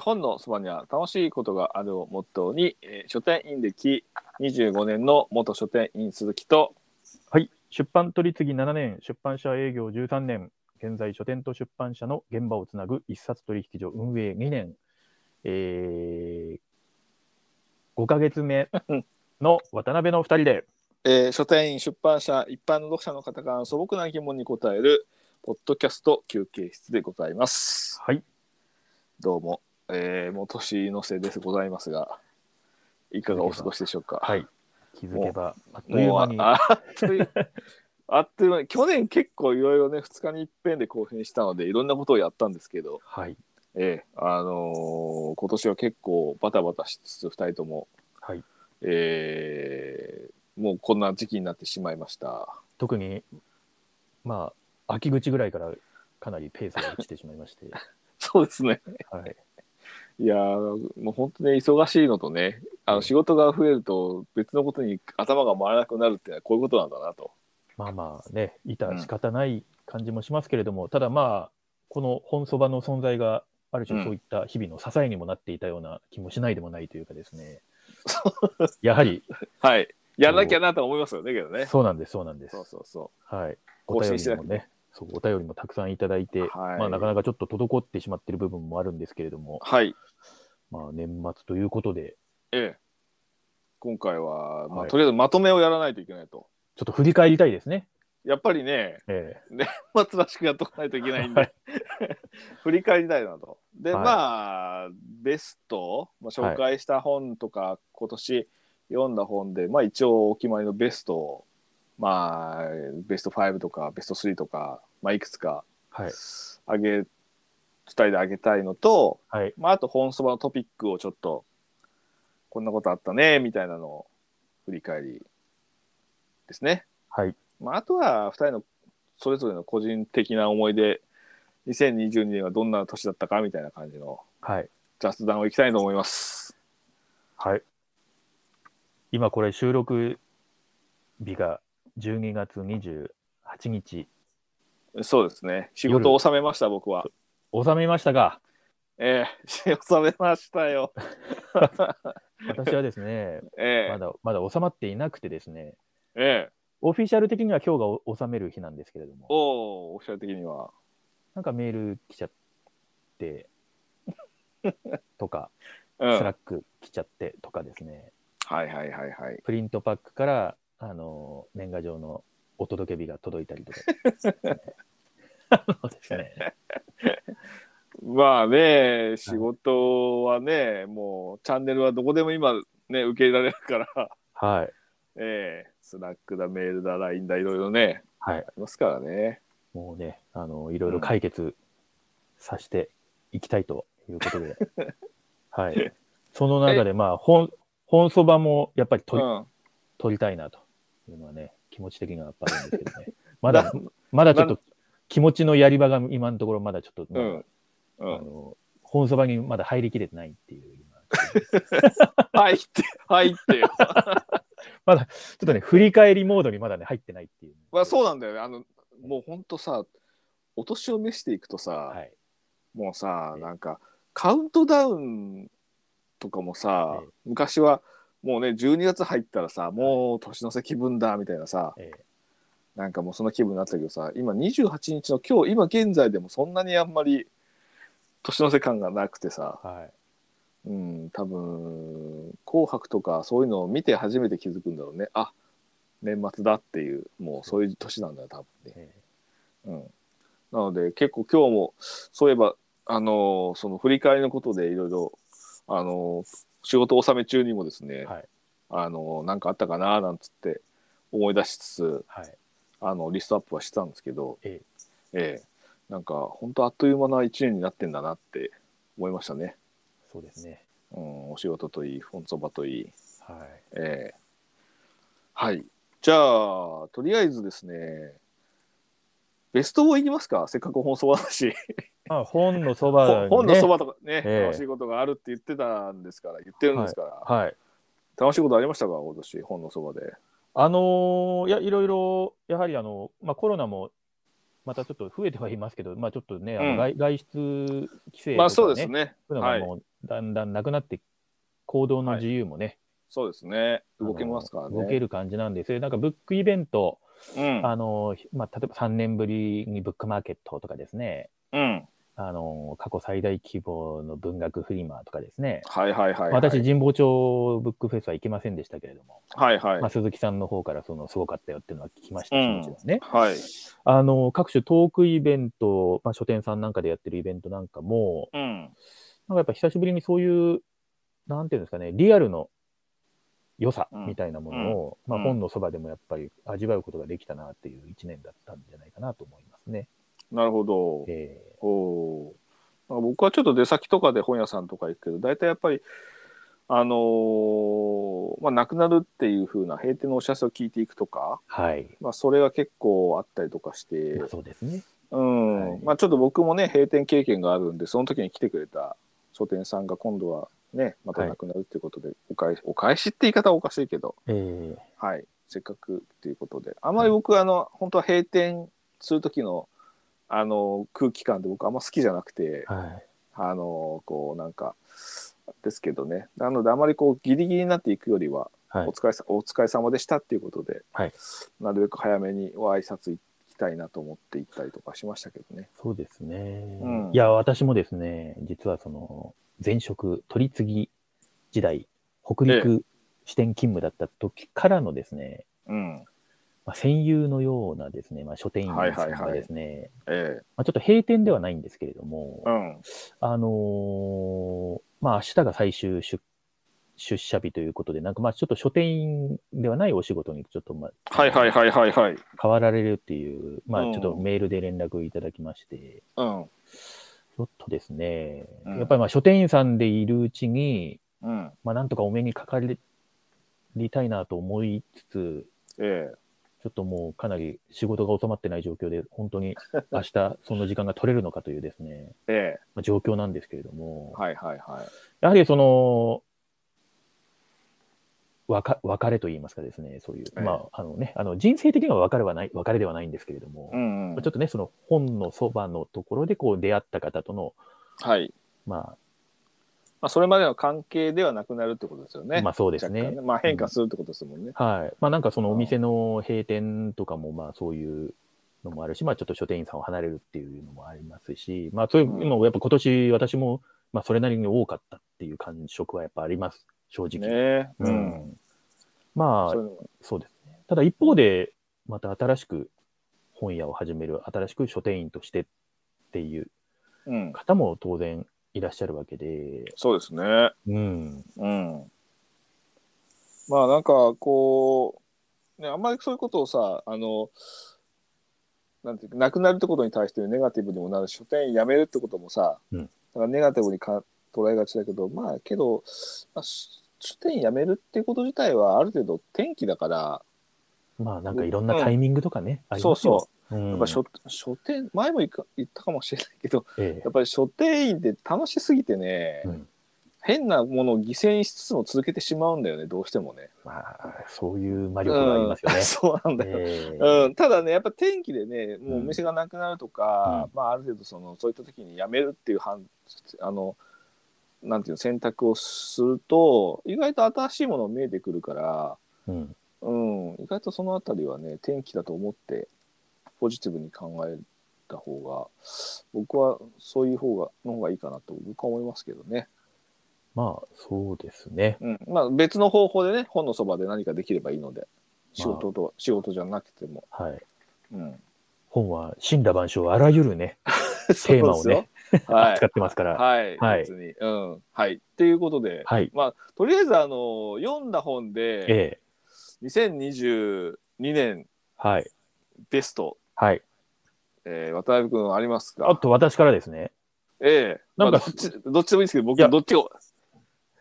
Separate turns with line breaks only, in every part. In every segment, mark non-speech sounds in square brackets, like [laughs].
本のそばには楽しいことがあるをモットーに、えー書店員歴25年の元書店員鈴木と
はい、出版取り次ぎ7年、出版社営業13年、現在書店と出版社の現場をつなぐ一冊取引所運営2年、えー、5ヶ月目の渡辺の2人で、
えー書店員、出版社、一般の読者の方からの素朴な疑問に答える、ポッドキャスト休憩室でございます。
はい、
どうも、えー、もう年のせいですございますが、いかがお過ごしでしょうか。
はい、気づけばあっという
も
間
う
に、
ああっという [laughs] あっという間に、去年結構いろいろね、2日に一遍で更新したので、いろんなことをやったんですけど、
はい、
ええあのー今年は結構バタバタしつつ、2人とも、
はい、
えーもうこんな時期になってしまいました。
特に、まあ、秋口ぐらいからかなりペースが落ちてしまい
[laughs]
まして、
そうですね。
はい、
いやーもう本当に忙しいのとね、あ
う
の
ん
仕事が増えると別のことに頭が回らなくなるってのはこういうことなんだなと。
まあまあね、いた仕方ない感じもしますけれども、ただまあ、この本そばの存在が、ある
うん
種そういった日々の支えにもなっていたような気もしないでもないというかですね。やはり、
はい。やらなきゃなとは思いますよね、けどね。
そうなんです、そうなんです
そう。そうそ
はい。お
更
便
新し
り
な
も
くて
ね、そう、お便りもたくさんいただいて、
はい
まあなかなかちょっと滞ってしまっている部分もあるんですけれども
う。、はい。
まあ年末ということで、
ええ。今回は、まあ
はい
とりあえずまとめをやらないといけないと。
ちょっと振り返りたいですね。
やっぱりね、
ええ
まあ、らしくやっとかないといけないん
は
で、 [laughs] 振り返りたいなと。で、
はい
まあ、ベスト、まあ、紹介した本とか、今年読んだ本で、まあ一応お決まりのベストを、まあ、ベスト5とか、ベスト3とか、まあいくつか
はい。
あげ、2人であげたいのと、
はい。
まああと本そばのトピックをちょっと、こんなことあったね、みたいなのを振り返りですね。
はい。
まあ、あとは2人のそれぞれの個人的な思い出2022年はどんな年だったかみたいな感じの
はい。
雑談をいきたいと思います。
はい。今これ収録日が12月28日、
そうですね仕事を収めました僕は。
収めましたが、
ええ収めましたよ。
私はですね、
[laughs] ええ
まだまだ収まっていなくてですね、
ええ
オフィシャル的には今日がお収める日なんですけれども、
おおオフィシャル的には。
なんかメール来ちゃって、とか、
[laughs] うん、
スラ
は
ック来ちゃってとかですね、
いはいはいはい。
プリントパックから、あの、年賀状のお届け日が届いたり
[laughs]
とか、そうですね。
まあね仕事はねもうチャンネルはどこでも今ね受け入れられるから、 [laughs]
はい。
ええスラックだメールだ LINE だいろいろね
はい。
ありますからね。
もうね、あの、いろいろ解決させていきたいというこ
[laughs]
とで。はい。その中で、まあ、本、本そばもやっぱり取り,、
うん、
取りたいなというのはね、気持ち的にはやっぱりあるんですけ
[laughs]
どね。まだ、まだちょっと気持ちのやり場が今のところまだちょっと、
う
ま
ん。う
ああ
ん、
の、本そばにまだ入りきれてないっていう。今
入って、入ってよ。
ちょっとね、振り返りモードにまだね、入ってないっていう。
[laughs] まあ、そうなんだよね。あの、もうほんとさ、お年を召していくとさ、
はい。
もうさ、
ええ
なんか、カウントダウンとかもさ、
え
昔は、もうね、12月入ったらさ、もう年の瀬気分だ、みたいなさ、
ええ
なんかもうそんな気分になってたけどさ、今28日の今日、今現在でもそんなにあんまり、年の瀬感がなくてさ、
はい。
うん、多分紅白とかそういうのを見て初めて気づくんだろうねあ年末だっていうもうそういう年なんだよ多分ね、
え
うん、なので結構今日もそういえばあのーその振り返りのことでいろいろあのー仕事納め中にもですね、
はい
あのーなんかあったかななんつって思い出しつつ
はい。
あのリストアップはしてたんですけど
ええ
ええなんか本当あっという間な1年になってんだなって思いましたね、
そうですね。
うん、お仕事といいフォンそばといい
はい。
ええはい。じゃあ、とりあえずですね、ベストをいきますか、せっかく本そばだし、
まあ、本のそば、ね、
本のそばとかね、
ええ
楽しいことがあるって言ってたんですから、言ってるんですから、
はい。
楽しいことありましたか、今年、本のそばで。
あのーいや、いろいろ、やはりあの、まあ、コロナも、またちょっと増えてはいますけど、まあ、ちょっとね、あの
うん
外外出規制とか、ね
まあそうですね。
そういうの
は
が
い。
もうだんだんなくなって、行動の自由もね、
そうですね。
あの
動けますからね。
動ける感じなんですよ。なんかブックイベント、
うん。
あの、まあ、例えば3年ぶりにブックマーケットとかですね、
うん。
あの、過去最大規模の文学フリマとかですね、
はいはいはい、はい。
私、神保町ブックフェスは行けませんでしたけれども、
はいはい。
まあ、鈴木さんの方からそのすごかったよっていうのは聞きましたし、
うん
もちろんね。
はい。
あの各種トークイベント、まあ、書店さんなんかでやってるイベントなんかも、
うん。
なんかやっぱ久しぶりにそういう、なんていうんですかね、リアルの良さ
うん
みたいなものを、
うん
まあ、本のそばでもやっぱり味わうことができたなっていう一年だったんじゃないかなと思いますね。
なるほど。
え
おーまあ僕はちょっと出先とかで本屋さんとか行くけど大体やっぱりあのーまあなくなるっていう風な閉店のお知らせを聞いていくとか、
ーはい、
まあ、それが結構あったりとかして
まあ、そうですね。
うん
はい
まあ、ちょっと僕もね閉店経験があるんでその時に来てくれた書店さんが今度はねまたなくなるっていうことで、お返しお返しって言い方はおかしいけど、
えー
はい、せっかくっていうことであまり僕、あの本当は閉店する時のあの空気感で僕あんま好きじゃなくて。
はい、
あのこうなんかですけどねなのであまりこうギリギリになっていくよりは、
はい
お疲れさお疲れ様でしたっていうことで、
はい
なるべく早めにお挨拶行きたいなと思って行ったりとかしましたけどね
そうですね。
うん
いや、私もですね、実はその、前職、取り次ぎ時代、北陸支店勤務だった時からのですね、
うん
まあ、戦友のようなですね、まあ、書店員さんがですね、
ええ
まあ、ちょっと閉店ではないんですけれども、
うん
あのーまあ、明日が最終出出社日ということで、なんかまあちょっと書店員ではないお仕事にちょっとまあ、
はいはいはいはいはい
変わられるっていう、まあ
うん
ちょっとメールで連絡いただきまして、
うん
ちょっとですね、
うん
やっぱりまあ書店員さんでいるうちに、
うん
まあなんとかお目にかかりたいなと思いつつ、
ええ
ちょっともうかなり仕事が収まってない状況で、本当に
[laughs]
明日その時間が取れるのかというですね、
ええ
まあ、状況なんですけれども、
はいはいはい
やはりその、わか別れと言いますかですね、そういう、
ええ
まあ、あのね、あの人生的には別れはない、別れではないんですけれども、
う
ま
ん、うん
あちょっとね、その本のそばのところでこう出会った方との、
はい、
ま
まあ、それまでの関係ではなくなるってことですよ
あ、
ね
まあそうです
若干
ね。
まあ変化するってことですもんね、
はい。まあなんかそのお店の閉店とかもまあそういうのもあるし、まあちょっと書店員さんを離れるっていうのもありますし、まあそういうのもやっぱ今年私もまあそれなりに多かったっていう感触はやっぱあります、正直。
ね
う
うん、
ん。まあ
そういうのも
そうですね。ただ一方で、また新しく本屋を始める、新しく書店員としてっていう
うん
方も当然いらっしゃるわけで、
そうですね
うん。
うん、まあなんかこう、ね、あんまりそういうことをさあのなんていうかなくなるってことに対してネガティブにもなるし書店員辞めるってこともさ、
うん
だからネガティブにか捉えがちだけどまあけど、まあ、し書店員辞めるっていうこと自体はある程度転機だから、
まあなんかいろんなタイミングとかね、あり
そう
ますよ。
そう
うん、
うやっぱ書,、書店前も言か言ったかもしれないけど
ええ
やっぱり書店員って楽しすぎてね、
うん
変なものを犠牲にしつつも続けてしまうんだよねどうしてもね。
まあ、そういう魔力がありますよね
う
[laughs]
ん。 [laughs] そうなんだよ。
ええ
うん、ただねやっぱ天気でねもうお店がなくなるとか、まあ、ある程度そのそういった時にやめるっていう判あのなんていうの選択をすると意外と新しいもの見えてくるから、
うん
うん、意外とそのあたりはね天気だと思ってポジティブに考えた方が僕はそういう方がの方がいいかなと僕は思いますけどね、
まあ、そうですね。
うんまあ、別の方法でね本のそばで何かできればいいので仕事と、仕事じゃなくても。
はい。
うん
本は、死んだ万象、あらゆるね、 [laughs] テーマ
そ
をね
うですよ。はい
扱。ってますから。は
はい。
い。はい
別に。うん。はい。っていうことで、まあ、とりあえず、あの、読んだ本
え
で、
え
2022年
はい。
ベスト、
はい。
えー渡辺君ありますか
あと、私からですね。
ええ
なんか
まあどっち、どっちでもいいですけど、
いや
僕、どっちを。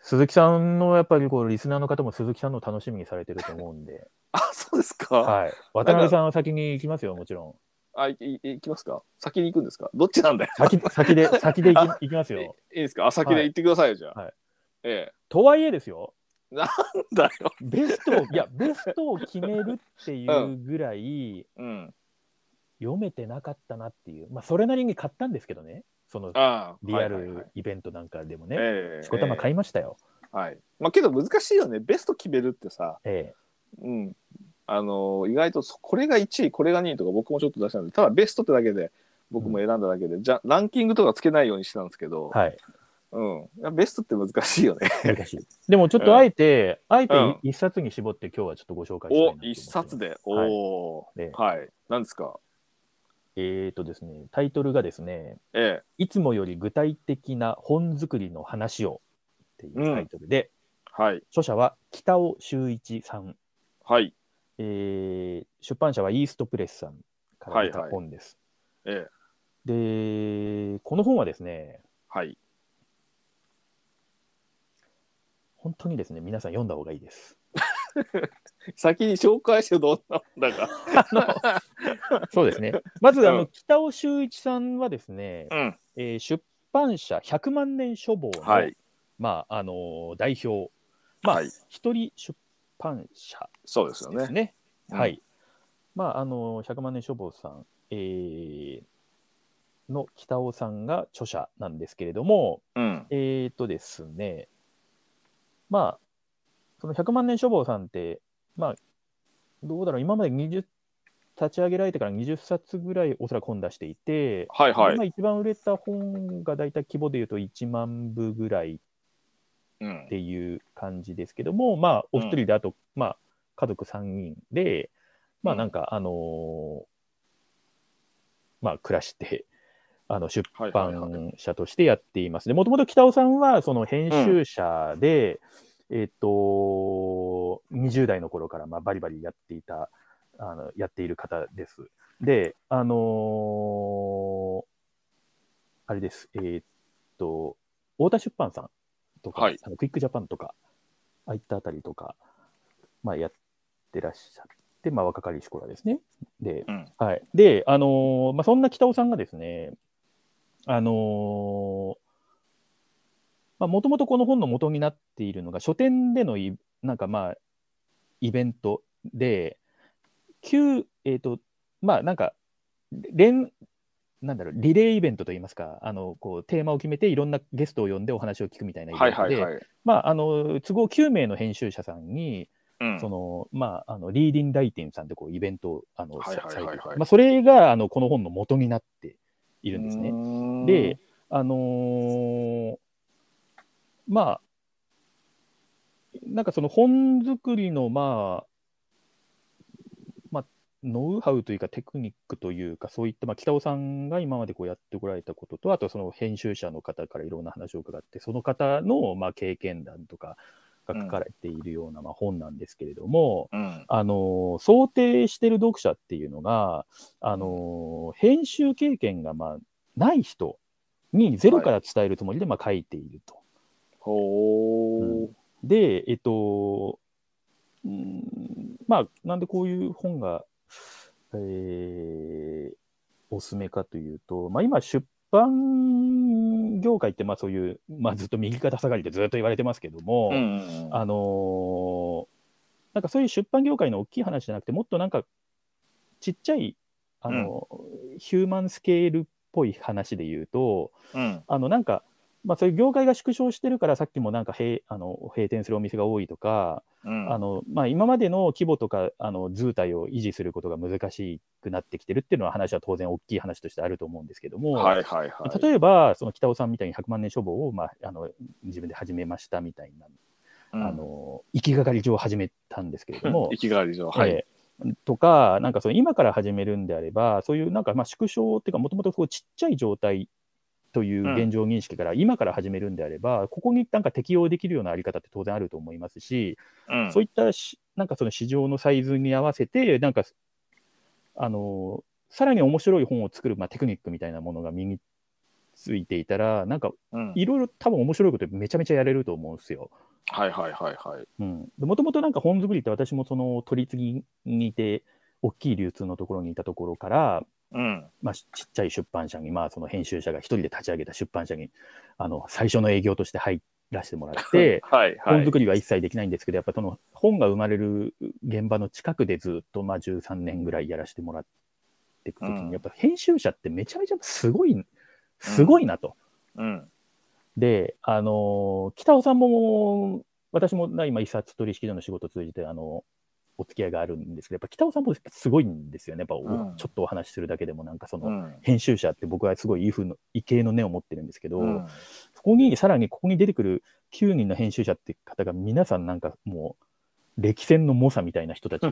鈴木さんのやっぱりこうリスナーの方も鈴木さんのを楽しみにされてると思うんで、
あ、そうですか。
はい、渡辺さんは先に行きますよ、もちろ
あ、い、い、いきますか先に行くんですかどっちなんだよ
ん。。先
[laughs]
先で、先で行き行きます
いい
よ。
いですかあ、先で行ってくださいよ、じゃあ。
はい
え
とはいえですよ、
えだよ。
ベストを、いや、ベストを決めるっていうぐらい、
うん。
読めてなかったなっていう、まあ、それなりに買ったんですけどね、その
ああ
リア
はいはいはい
ルイベントなんかでもね、
ええ
しこたま買いましたよ。
はい。まあけど難しいよね。ベスト決めるってさ、
え
うん。あのー意外とそこれが1位、これが2位とか僕もちょっと出したんで、ただベストってだけで僕も選んだだけで、じゃランキングとかつけないようにしてたんですけど、
えはい、
うんいや。ベストって難しい
[laughs]
よね。
難しい。でもちょっとあえて、あえて
うん
一冊に絞って今日はちょっとご紹介したいな
お
と思って
一冊で。お
はい
お
で
ー、はい。なんですか
えっ、とですね、タイトルがですね、
え
いつもより具体的な本作りの話をっていうタイトルで、
え。はい。
著者は北尾修一さん、
はい。
えー出版社はイーストプレスさんから出た
はいはい
本です。
ええ。
で、この本はですね、
はい。
本当にですね、皆さん読んだ方がいいです。
先に紹介してどんなもんだ
[laughs]
か。
そうですね。 [laughs] まず、あ
う
の、北尾修一さんはですね、
うん。
えー出版社100万年書房の、
はい。
まあ、あのー代表、まあ
はい。
一人出版社
そうですよ
で
ね
す。ね。
うん
はい。。まあ、あのー、100万年書房さん、えーの北尾さんが著者なんですけれども、
うん。
えっ、とですね、まあ、その100万年書房さんって、まあ、どうだろう、今まで20、立ち上げられてから20冊ぐらいおそらく本出していて、
はいはい
今。一番売れた本が大体規模でいうと1万部ぐらいっ
うん。
ていう感じですけども、まあ、お一人であと、まあ、家族3人で、まあ、なんか、あのーまあ、暮らして、あの、出
はいはいはい。
版社としてやっています。で、もともと北尾さんは、その編集者で、えっと、20代の頃から、まあ、バリバリやっていた、あの、やっている方です。で、あのーあれです、えっと、太田出版さんとか、
はい
あのクイックジャパンとか、ああいったあたりとか、まあ、やってらっしゃって、まあ、若かりし頃ですね。で、
うん
はい。で、あのーまあ、そんな北尾さんがですね、あのーまあ、もともとこの本の元になっているのが、書店でのい、なんかまあ、イベントで、旧、えっ、と、まあ、なんか、連、なんだろう、リレーイベントといいますか、あの、こう、テーマを決めて、いろんなゲストを呼んでお話を聞くみたいなイベ
は
ン
い
ト
は
で、
いはい。
まあ、あの、都合9名の編集者さんに、
うん
その、まあ、あの、リーディン・ライティンさんでこう、イベントを、あの、
はいはいはいはい
さされてるまあ、それが、あの、この本の元になっているんですね。
ね
で、、あのーまあ、なんかその本作りの、まあ、まあ、ノウハウというかテクニックというか、そういった、まあ、北尾さんが今までこうやってこられたことと、あとその編集者の方からいろんな話を伺って、その方の、まあ、経験談とかが書かれているような、まあ、本なんですけれども、
うん。
あの想定してる読者っていうのが、あの編集経験がまあない人にゼロから伝えるつもりでまあ書いていると。
ほ
う
ー。
で、えっと、うんまあ、なんでこういう本が、えーおすすめかというと、まあ、今、出版業界ってまあそういう、まあ、ずっと右肩下がりでずっと言われてますけども、
うん
あのーなんかそういう出版業界の大きい話じゃなくて、もっとなんかちっちゃい、あのヒューマンスケールっぽい話で言うと、
うん。
あのなんか、まあ、そういう業界が縮小してるから、さっきもなんか閉あの閉店するお店が多いとか、
うん。
あのまあ、今までの規模とかあの図体を維持することが難しくなってきてるっていうのは話は当然大きい話としてあると思うんですけども、
はいはいはい。
例えばその北尾さんみたいに100万年書房を、まあ、あの自分で始めましたみたいな
うん
あ、の行きがかり上始めたんですけれど
[laughs]
も
生、きがいり上。はい。
えーとか、なんかその今から始めるんであれば、そういうなんかまあ縮小っていうか、もともとちっちゃい状態という現状認識から、今から始めるんであれば、ここになんか適用できるようなあり方って当然あると思いますし、
うん
そういったしなんかその市場のサイズに合わせて、なんか、あのさらに面白い本を作る、まあ、テクニックみたいなものが身についていたら、なんか
うん
いろいろ多分面白いことめちゃめちゃやれると思うんですよ。
はいはいはいはい。
もともとなんか本作りって私もその取り次ぎにいて大きい流通のところにいたところから、
うん。
まあ、しちっちゃい出版社に、まあ、その編集者が一人で立ち上げた出版社にあの最初の営業として入らせてもらって
はいは
本
い。
作りは一切できないんですけど、やっぱその本が生まれる現場の近くでずっと、まあ、13年ぐらいやらせてもらっていくとき
うん
にやっぱ編集者ってめちゃめちゃすごいすごいなと。
うん。
で、あのー北尾さんも、私もな今、一冊取引所の仕事を通じて、あのお付き合いがあるんですけど、やっぱ北尾さんもすごいんですよね。やっぱお、
うん
ちょっとお話しするだけでも、なんかその、
うん。
編集者って僕はすごいいい風の、異形の念を持ってるんですけど、
うん
そこに、さらにここに出てくる9人の編集者って方が、皆さんなんかもう、歴戦の猛者みたいな人たち
[laughs]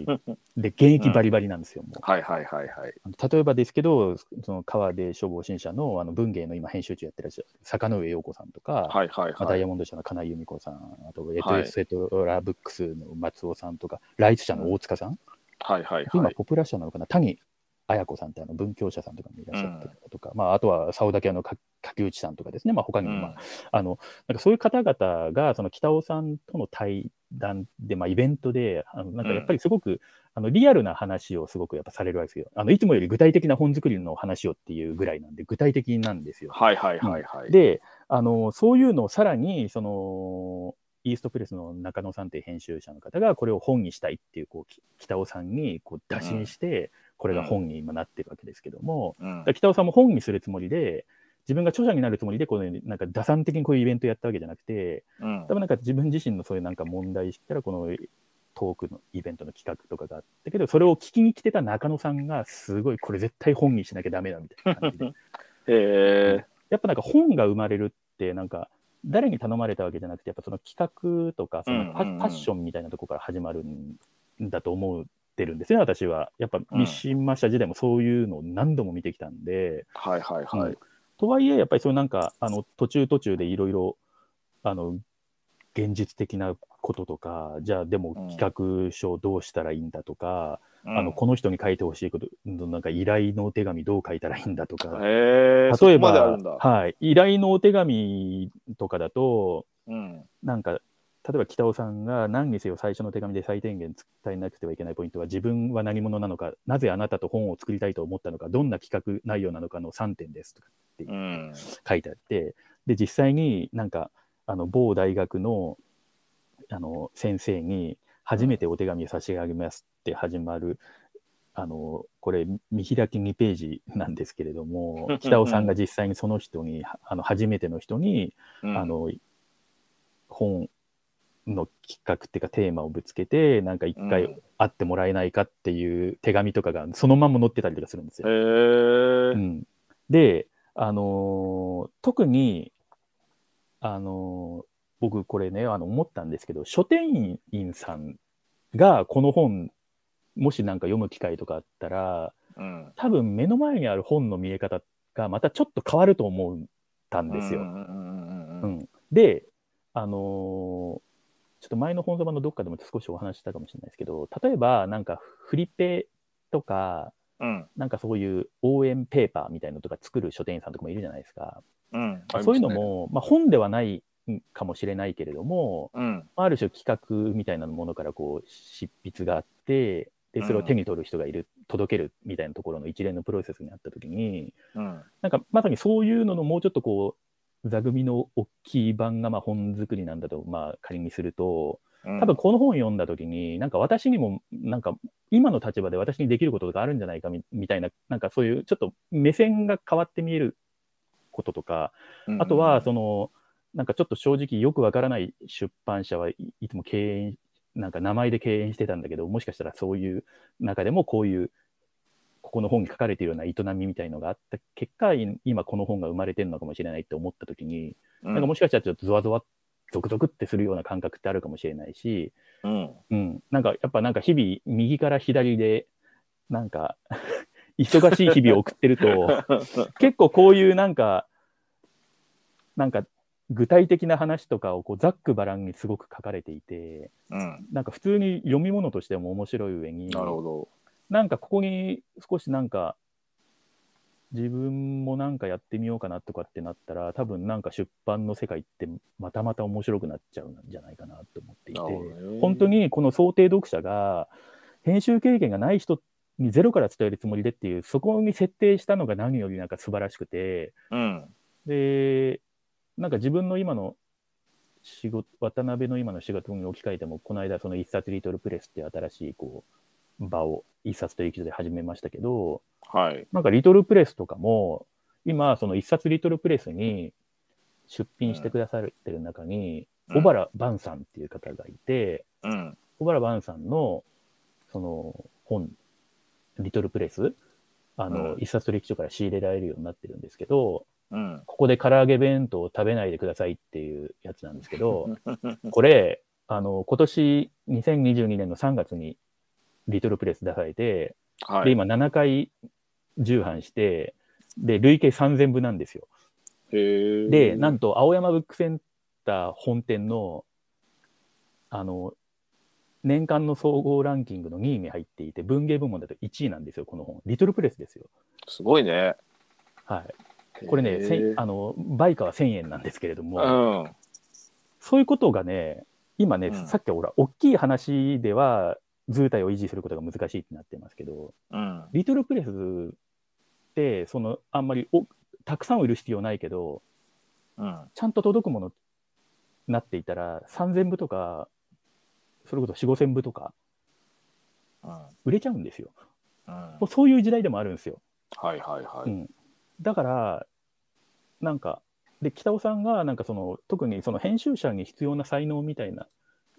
で、現役バリバリなんですよ、もう。
はいはいはいはい。
あの例えばですけど、その川で消防新社のあの文芸の今、編集長やってらっしゃる坂上陽子さんとか、
はいはい
まあダ
は
イ
い。
ヤモンド社の金井由美子さん、あとエト、
はい
セトラブックスの松尾さんとか、ライツ社の大塚さん、
はいはいは
今、
い。
ポプラ社なのかな、谷綾子さんってあの文教者さんとかもいらっしゃったりとか、まあ、あとは竿竹屋のか柿内さんとかですね、まあ、他にも、まああのなんかそういう方々が、その北尾さんとの対談で、まあ、イベントで、あのなんかやっぱりすごく、あのリアルな話をすごくやっぱされるわけですよ。あのいつもより具体的な本作りの話をっていうぐらいなんで、具体的なんですよ。
はいはいはいはい。
であのそういうのをさらにそのイーストプレスの中野さんという編集者の方がこれを本にしたいっていうこうき北尾さんにこう打診して、これが本に今なってるわけですけども、
うん
だから北尾さんも本にするつもりで自分が著者になるつもりでこのなんか打算的にこういうイベントをやったわけじゃなくて
うん
多分なんか自分自身のそういうなんか問題意識からこのトークのイベントの企画とかがあったけどそれを聞きに来てた中野さんがすごいこれ絶対本にしなきゃダメだみたいな感じで
へえ。
やっぱなんか本が生まれるってなんか誰に頼まれたわけじゃなくてやっぱその企画とかそのパ,、
うんうんうん
ッションみたいなところから始まるんだと思ってるんですね私はやっぱ三島社時代もそういうのを何度も見てきたんで、
はいはいは
うん
い。
とはいえやっぱりそのなんかあの途中途中でいろいろあの現実的なこととかじゃあでも企画書どうしたらいいんだとか、あのこの人に書いてほしいことなんか依頼のお手紙どう書いたらいいんだとか、
へえ。そ
例え
こまである
ば
んだ。、
はい、依頼のお手紙とかだと、
うん。
なんか、例えば北尾さんが何にせよ最初の手紙で最低限伝えなくてはいけないポイントは、自分は何者なのか、なぜあなたと本を作りたいと思ったのか、どんな企画内容なのかの3点ですとか
うん。、
書いてあって、で、実際になんか、あの某大学のあの先生に、初めてお手紙を差し上げますって始まる、あのこれ、見開き2ページなんですけれども北尾さんが実際にその人に、あの初めての人に、
うん
あ、の本の企画っていうか、テーマをぶつけて、なんか一
う
回
ん
会ってもらえないかっていう手紙とかが、そのまんま載ってたりとかするんですよ。
へ
う
え。
ん、で、あのー特に、あのー僕これねあの思ったんですけど書店員さんがこの本もしなんか読む機会とかあったら
うん。
多分目の前にある本の見え方がまたちょっと変わると思ったんですよ。
うんうんうん
う
うん
ん、で、あのーちょっと前の本そばのどっかでも少しお話ししたかもしれないですけど例えばなんかフリペとか
うん。
なんかそういう応援ペーパーみたいなのとか作る書店員さんとかもいるじゃないですか。
うん。
そういうのも、まあ、本ではないかもしれないけれども、
ありますね。うん。
ある種企画みたいなものからこう執筆があって、でそれを手に取る人がいる、届けるみたいなところの一連のプロセスにあったときに、
うん。
なんかまさにそういうののもうちょっとこう、座組の大きい版がまあ本作りなんだと、まあ、仮にすると、
うん
多分、この本読んだ時に、なんか私にも、なんか今の立場で私にできることがあるんじゃないかみみたいな、なんかそういうちょっと目線が変わって見えることとか、あとは、そ
の、
の、なんかちょっと正直よくわからない出版社はいいつも敬遠、なんか名前で敬遠してたんだけど、もしかしたらそういう中でもこういう、ここの本に書かれているような営みみたいのがあった結果、い今この本が生まれてるのかもしれないって思った時に、
な
なんかもしかしたらちょっとゾワゾワ、ゾクゾクってするような感覚ってあるかもしれないし、
うん。
うん、なんかやっぱなんか日々右から左でなんか [laughs] 忙しい日々を送って
[laughs]
ると結構こういうなんかなんか具体的な話とかをこうざっくばらんにすごく書かれていて
うん。
なんか普通に読み物としても面白い上に
なるほど。
なんかここに少しなんか自分もなんかやってみようかなとかってなったら多分なんか出版の世界ってまたまた面白くなっちゃうんじゃないかなと思っていて
なるほどね
本当にこの想定読者が編集経験がない人にゼロから伝えるつもりでっていうそこに設定したのが何よりなんか素晴らしくて
うん。
でなんか自分の今の仕事渡辺の今の仕事に置き換えてもこの間その一冊リトルプレスっていう新しいこう場を一冊という記事で始めましたけど
はい。
なんかリトルプレスとかも今、その一冊リトルプレスに出品してくださってる中に、小原晩さんっていう方がいて、
うん。
小原晩さんの、その本、リトルプレス、あの、
うん
一冊取引所から仕入れられるようになってるんですけど、
うん。
ここで唐揚げ弁当を食べないでくださいっていうやつなんですけど、
[laughs] うん
これ、あの、今年2022年の3月にリトルプレス出されて、
は
で、
い。
今7回重版して、で、累計3000部なんですよ。
へ
で、なんんと、青山ブックセンター本店の、あの、年間の総合ランキングの2位に入っていて、文芸部門だと1位なんですよ、この本。リトルプレスですよ。
すごいね。
はい。これ
へ
ね、
ー
せんあの、売価は1000円なんですけれども、
うん。
そういうことがね、今ね、
うん
さっきほら、大きい話では、図体を維持することが難しいってなってますけど、
うん。
リトルプレスって、その、あんまりお、たくさん売る必要ないけど、
うん。
ちゃんと届くものになっていたら、3000部とか、それこそ4、5000部とか
うん。
売れちゃうんですよ。
うん
もうそういう時代でもあるんですよ。
はいはいは
う
い。
ん、だから、なんか、で、北尾さんが、なんかその、特にその編集者に必要な才能みたいな、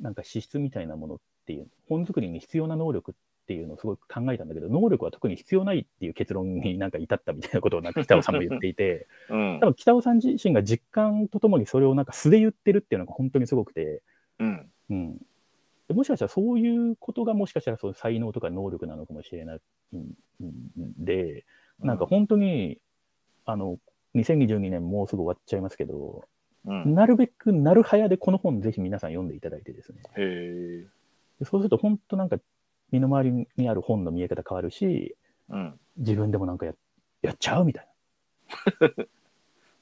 なんか資質みたいなものっていう、本作りに必要な能力っていうのをすごく考えたんだけど、能力は特に必要ないっていう結論になんか至ったみたいなことをなんか北尾さんも言っていて、
うん
多。分北尾さん自身が実感とともにそれをなんか素で言ってるっていうのが本当にすごくて、
うん。
うん、でもしかしたらそういうことがもしかしたらそういう才能とか能力なのかもしれないんで、なんか本当にあの2022年もうすぐ終わっちゃいますけど、
うん。
なるべくなる早でこの本ぜひ皆さん読んでいただいてですね
へえ。
でそうすると本当なんか身の回りにある本の見え方変わるし
うん。
自分でもなんかややっちゃうみたいな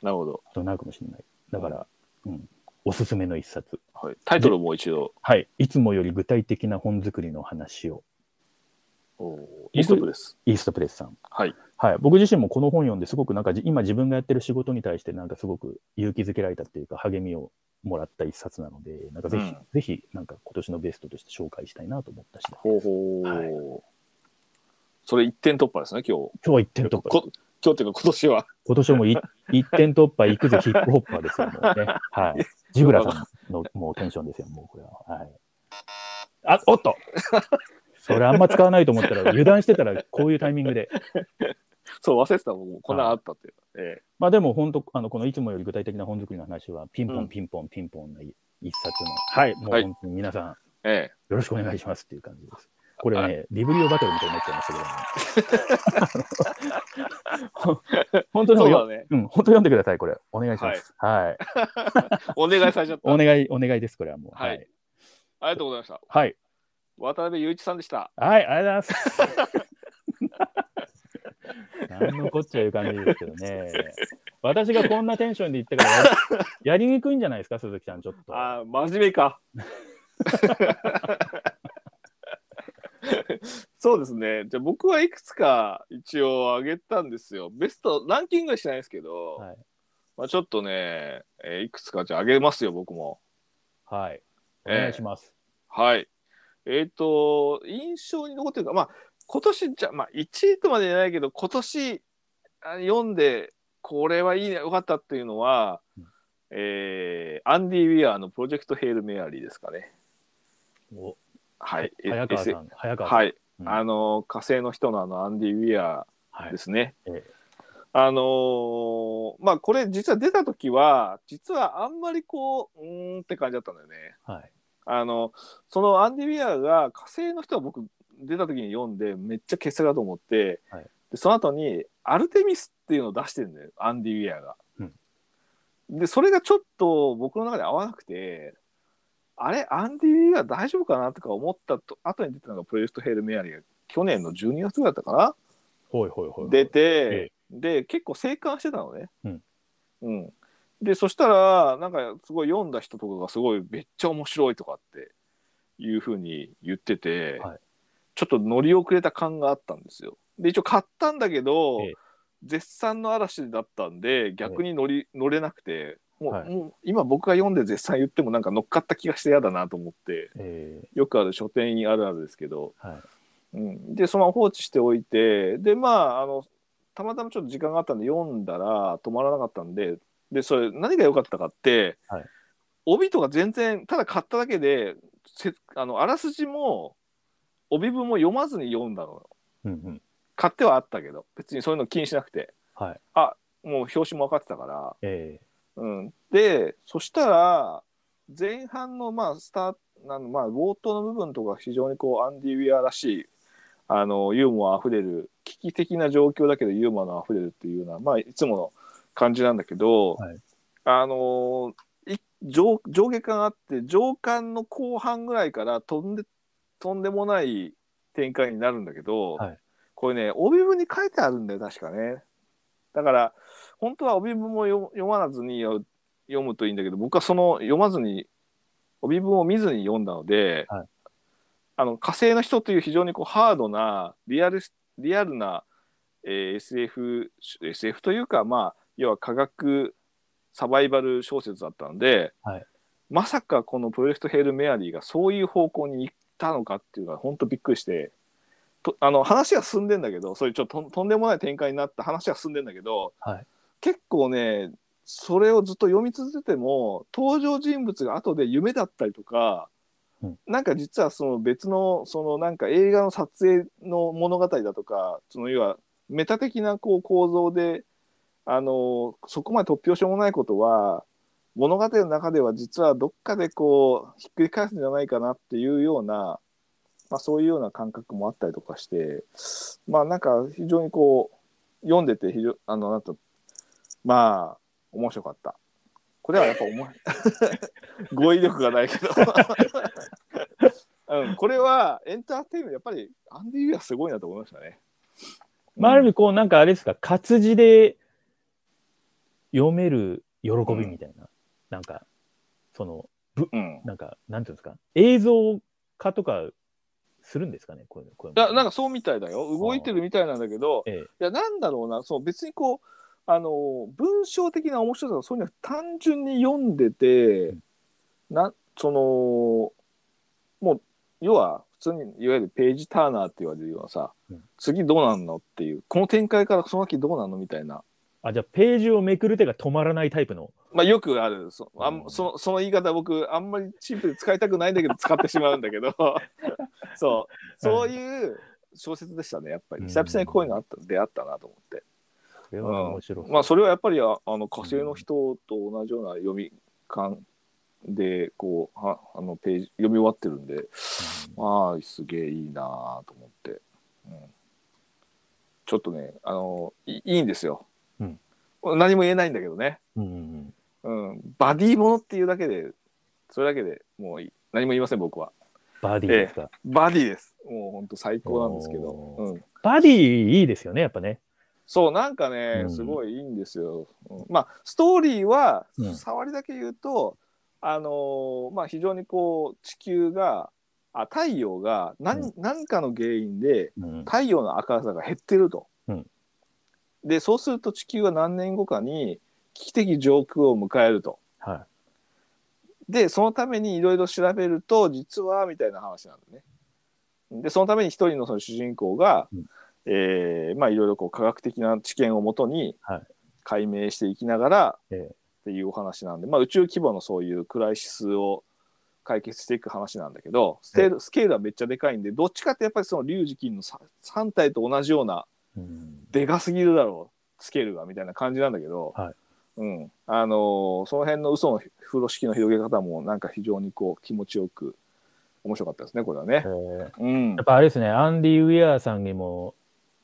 なるほど。
ことになるかもしれないだから、うん、おすすめの一冊
はい。タイトルをもう一度。
はいいつもより具体的な本作りの話を
おーイーストプです。
イーストプレスさん
はい。
はい、僕自身もこの本読んですごくなんかじ今自分がやってる仕事に対してなんかすごく勇気づけられたっていうか励みをもらった一冊なのでなんかぜひ、
うん
ぜひなんか今年のベストとして紹介したいなと思ったし今
ほうほう。
は
それ一点突破ですね、今日。
日は一点突破
こ今日っていうか今年は。
今年はもうい一点突破いくぜヒップホッパーですよもうね
[laughs]
はいジブラさんのもうテンションですよもうこれははいあおっとそれあんま使わないと思ったら油断してたらこういうタイミングで
そう、忘れてたもん。こんなのあったって。え
まあでも本当、あのこのいつもより具体的な本作りの話は、ピンポ
うん
ンピンポンピンポンの一冊の、はい、も
は
う
い
本当に皆さん、よ
え。ええ。
ろしくお願いしますっていう感じです。これね、ビブリオバトルみたいになっちゃいました [laughs] けど、ね、本当に
そ
も
う
よ
だね。
うん、本当読んでください、これ。お願いします。はい。
お願いされちゃった。
お願い、お願いです、これはもう。
はい。ありがとうございました。
はい。
渡辺雄一さんでした。
はい、ありがとうございます。なんのこっちゃいう感じですけどね。私がこんなテンションで言ったからやり、やりにくいんじゃないですか、鈴木さん、ちょっ [laughs] と。
ああ、真面目
[laughs]
か。そうですね。じゃあ僕はいくつか一応上げたんですよ。ベストランキングはしないですけど、
はい
まあちょっとね、えーいくつかじゃあ上げますよ、僕も。
はい。お
ええ
願いします。
はい。えっ、と、印象に残ってるか、まあ今年じゃ、まあ1位とまでじゃないけど、今年あ読んで、これはいいね、よかったっていうのは、
うん
えーアンディ・ウィアーのプロジェクト・ヘール・メアリーですかね。
お
はい。え
早川
S-
さん、早川さん。
はい、
うん
あの火星の人のあのアンディ・ウィア
は
ー
い
ですね。
ええ
あのーまあこれ実は出た時は実はあんまりこううーんって感じだったんだよね。
はい。
あのそのアンディ・ウィアーが火星の人は僕出た時に読んでめっちゃ傑作だと思って、
はい
でその後にアルテミスっていうのを出してるんだよアンディ・ウィアーが。
うん
でそれがちょっと僕の中で合わなくてあれアンディ・ウィアー大丈夫かなとか思ったと後に出たのがプロジェクト・ヘール・メアリーが去年の12月ぐらいだったかな
ほいほいほい。
出て、
え
で結構静観してたのね。
うん
うんでそしたらなんかすごい読んだ人とかがすごいめっちゃ面白いとかっていうふうに言ってて、
はい
ちょっと乗り遅れた感があったんですよ。で一応買ったんだけど、
ええ
絶賛の嵐だったんで逆に乗り、乗れなくてもう,、
はい
もう今僕が読んで絶賛言ってもなんか乗っかった気がして嫌だなと思って
え
よくある書店員あるあるですけど、
はい
うん、でそのまま放置しておいてでまああのたまたまちょっと時間があったんで読んだら止まらなかったんででそれ何が良かったかって、
はい
帯とか全然ただ買っただけでせあのあらすじも帯文も読まずに読んだの
うんうん。
買ってはあったけど別にそういうの気にしなくて
はい。
もう表紙も分かってたから、
え
うん、でそしたら前半のまあスターなんまあ冒頭の部分とか非常にこうアンディ・ウィアらしいあのユーモアあふれる危機的な状況だけどユーモアのあふれるっていうような、まあ、いつもの感じなんだけど、
はい
あのい上上下巻あって上巻の後半ぐらいからとんでとんでもない展開になるんだけど、
はい
これね帯文に書いてあるんだよ確かね。だから本当は帯文も読読まずに読読むといいんだけど僕はその読まずに帯文を見ずに読んだので、
はい
あの火星の人という非常にこうハードなリアルリアルな、えー SF, SF というかまあ要は科学サバイバル小説だったので、
はい
まさかこのプロジェクトヘール・メアリーがそういう方向に行ったのかっていうのは本当びっくりしてとあの話は進んでんだけどそういうちょっととんとんでもない展開になった話は進んでんだけど、
はい
結構ねそれをずっと読み続けても登場人物が後で夢だったりとか、
うん
なんか実はその別のそのなんか映画の撮影の物語だとかその要はメタ的なこう構造であのそこまで突拍子もないことは物語の中では実はどっかでこうひっくり返すんじゃないかなっていうような、まあ、そういうような感覚もあったりとかしてまあなんか非常にこう読んでて非常あのなんとまあ面白かった。これはやっぱ面白い [laughs] 語彙力がないけど、うん、これはエンターテインメントやっぱりアンディ・ウィアすごいなと思いましたね。
えまあ、ある意味、こう、なんかあれですか、活字で読める喜びみたいな、なんか、その、
うん、
なんか、なんていうんですか、映像化とかするんですかね、こういうの。こういう
い
の
やなんかそうみたいだよ動いてるみたいなんだけど、
え
い
え
やなんだろうなそう別にこうあの文章的な面白さがそういうの単純に読んでて、
うん
なそのもう要は普通にいわゆるページターナーって言われるようなさ、
うん
次どうなんのっていうこの展開からその先どうなんのみたいな、
あ、じゃあ、ページをめくる手が止まらないタイプの。
まあ、よくあるそあん
うん
そのその言い方僕あんまりシンプルに使いたくないんだけど使ってしまうんだけど [laughs] そうそういう小説でしたねやっぱり久々にこういうのあった出会ったなと思って。
これは面白い。
まあそれはやっぱりああの火星の人と同じような読み感でこうはあのページ読み終わってるんでまあすげえいいなあと思って、うん、ちょっとねあのいいいんですよ、
うん
何も言えないんだけどね、
うんうんうん
うん、バディものっていうだけでそれだけでもうい何も言いません僕は
バディですか。
バディですもうほんと最高なんですけど
お、ー
うん、
バディいいですよね、やっぱね。
そうなんかね、
うん
すごいいいんですよ。うんまあストーリーは、
うん
触りだけ言うとあのーまあ非常にこう地球があ太陽が何,、何かの原因で
うん
太陽の明るさが減ってると。
うん
でそうすると地球は何年後かに危機的上空を迎えると。
は
でそのためにいろいろ調べると実はみたいな話なんだね。でそのために一人のその主人公が、
うん
えーまあいろいろこう科学的な知見をもとに
はい
解明していきながら、
ええ。
っていうお話なんで、まあ、宇宙規模のそういうクライシスを解決していく話なんだけどスケール,、スケールはめっちゃでかいんでどっちかってやっぱりその龍磁金のさ3体と同じようない
うん
でかすぎるだろうスケールがみたいな感じなんだけど、
はい
うんあのーその辺の嘘の風呂敷の広げ方もなんか非常にこう気持ちよく面白かったですねこれはね
え。ー
うん
やっぱあれですね、アンディ・ウィアーさんにも、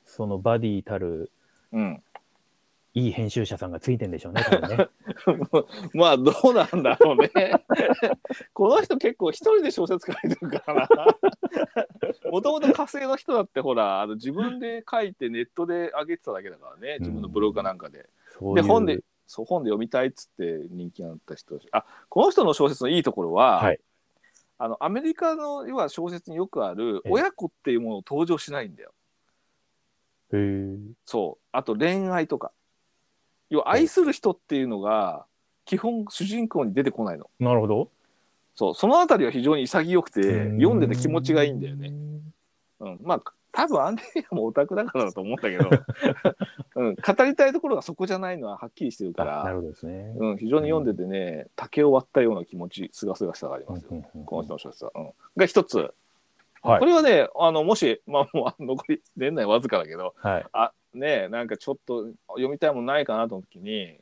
そのバディたる
うん、 [laughs]
いい編集者さんがついてんでしょうね、多分ね。
まあどうなんだろうね [laughs] この人結構一人で小説書いてるから
[laughs]
なもともと火星の人だってほらあの自分で書いてネットで上げてただけだからね自分のブログかなんかで、
そうい
で
う
本でそう本で読みたいっつって人気になった人だしあこの人の小説のいいところは、
はい
あのアメリカの要は小説によくある
ええ
親子っていうものを登場しないんだよ。
へー
そうあと恋愛とか要は愛する人っていうのが基本主人公に出てこないの。
なるほど。
そうそのあたりは非常に潔くて
うーん
読んでて気持ちがいいんだよね。。うん、まあ多分アンデリアもオタクだからだと思うんだけ
[laughs]
ど、うん、語りたいところがそこじゃないのははっきりしてるか
あな
ら、
るほどですね。
うん、非常に読んでてね、竹を割ったような気持ちすがすがしさがあり
うん
ますよ、
うんうん
この人の小説は。うん、が一つ、
はい
これはねあのもし、まあ、もう残り年内わずかだけど
はい。
あねなんかちょっと読みたいもんないかなと思った時に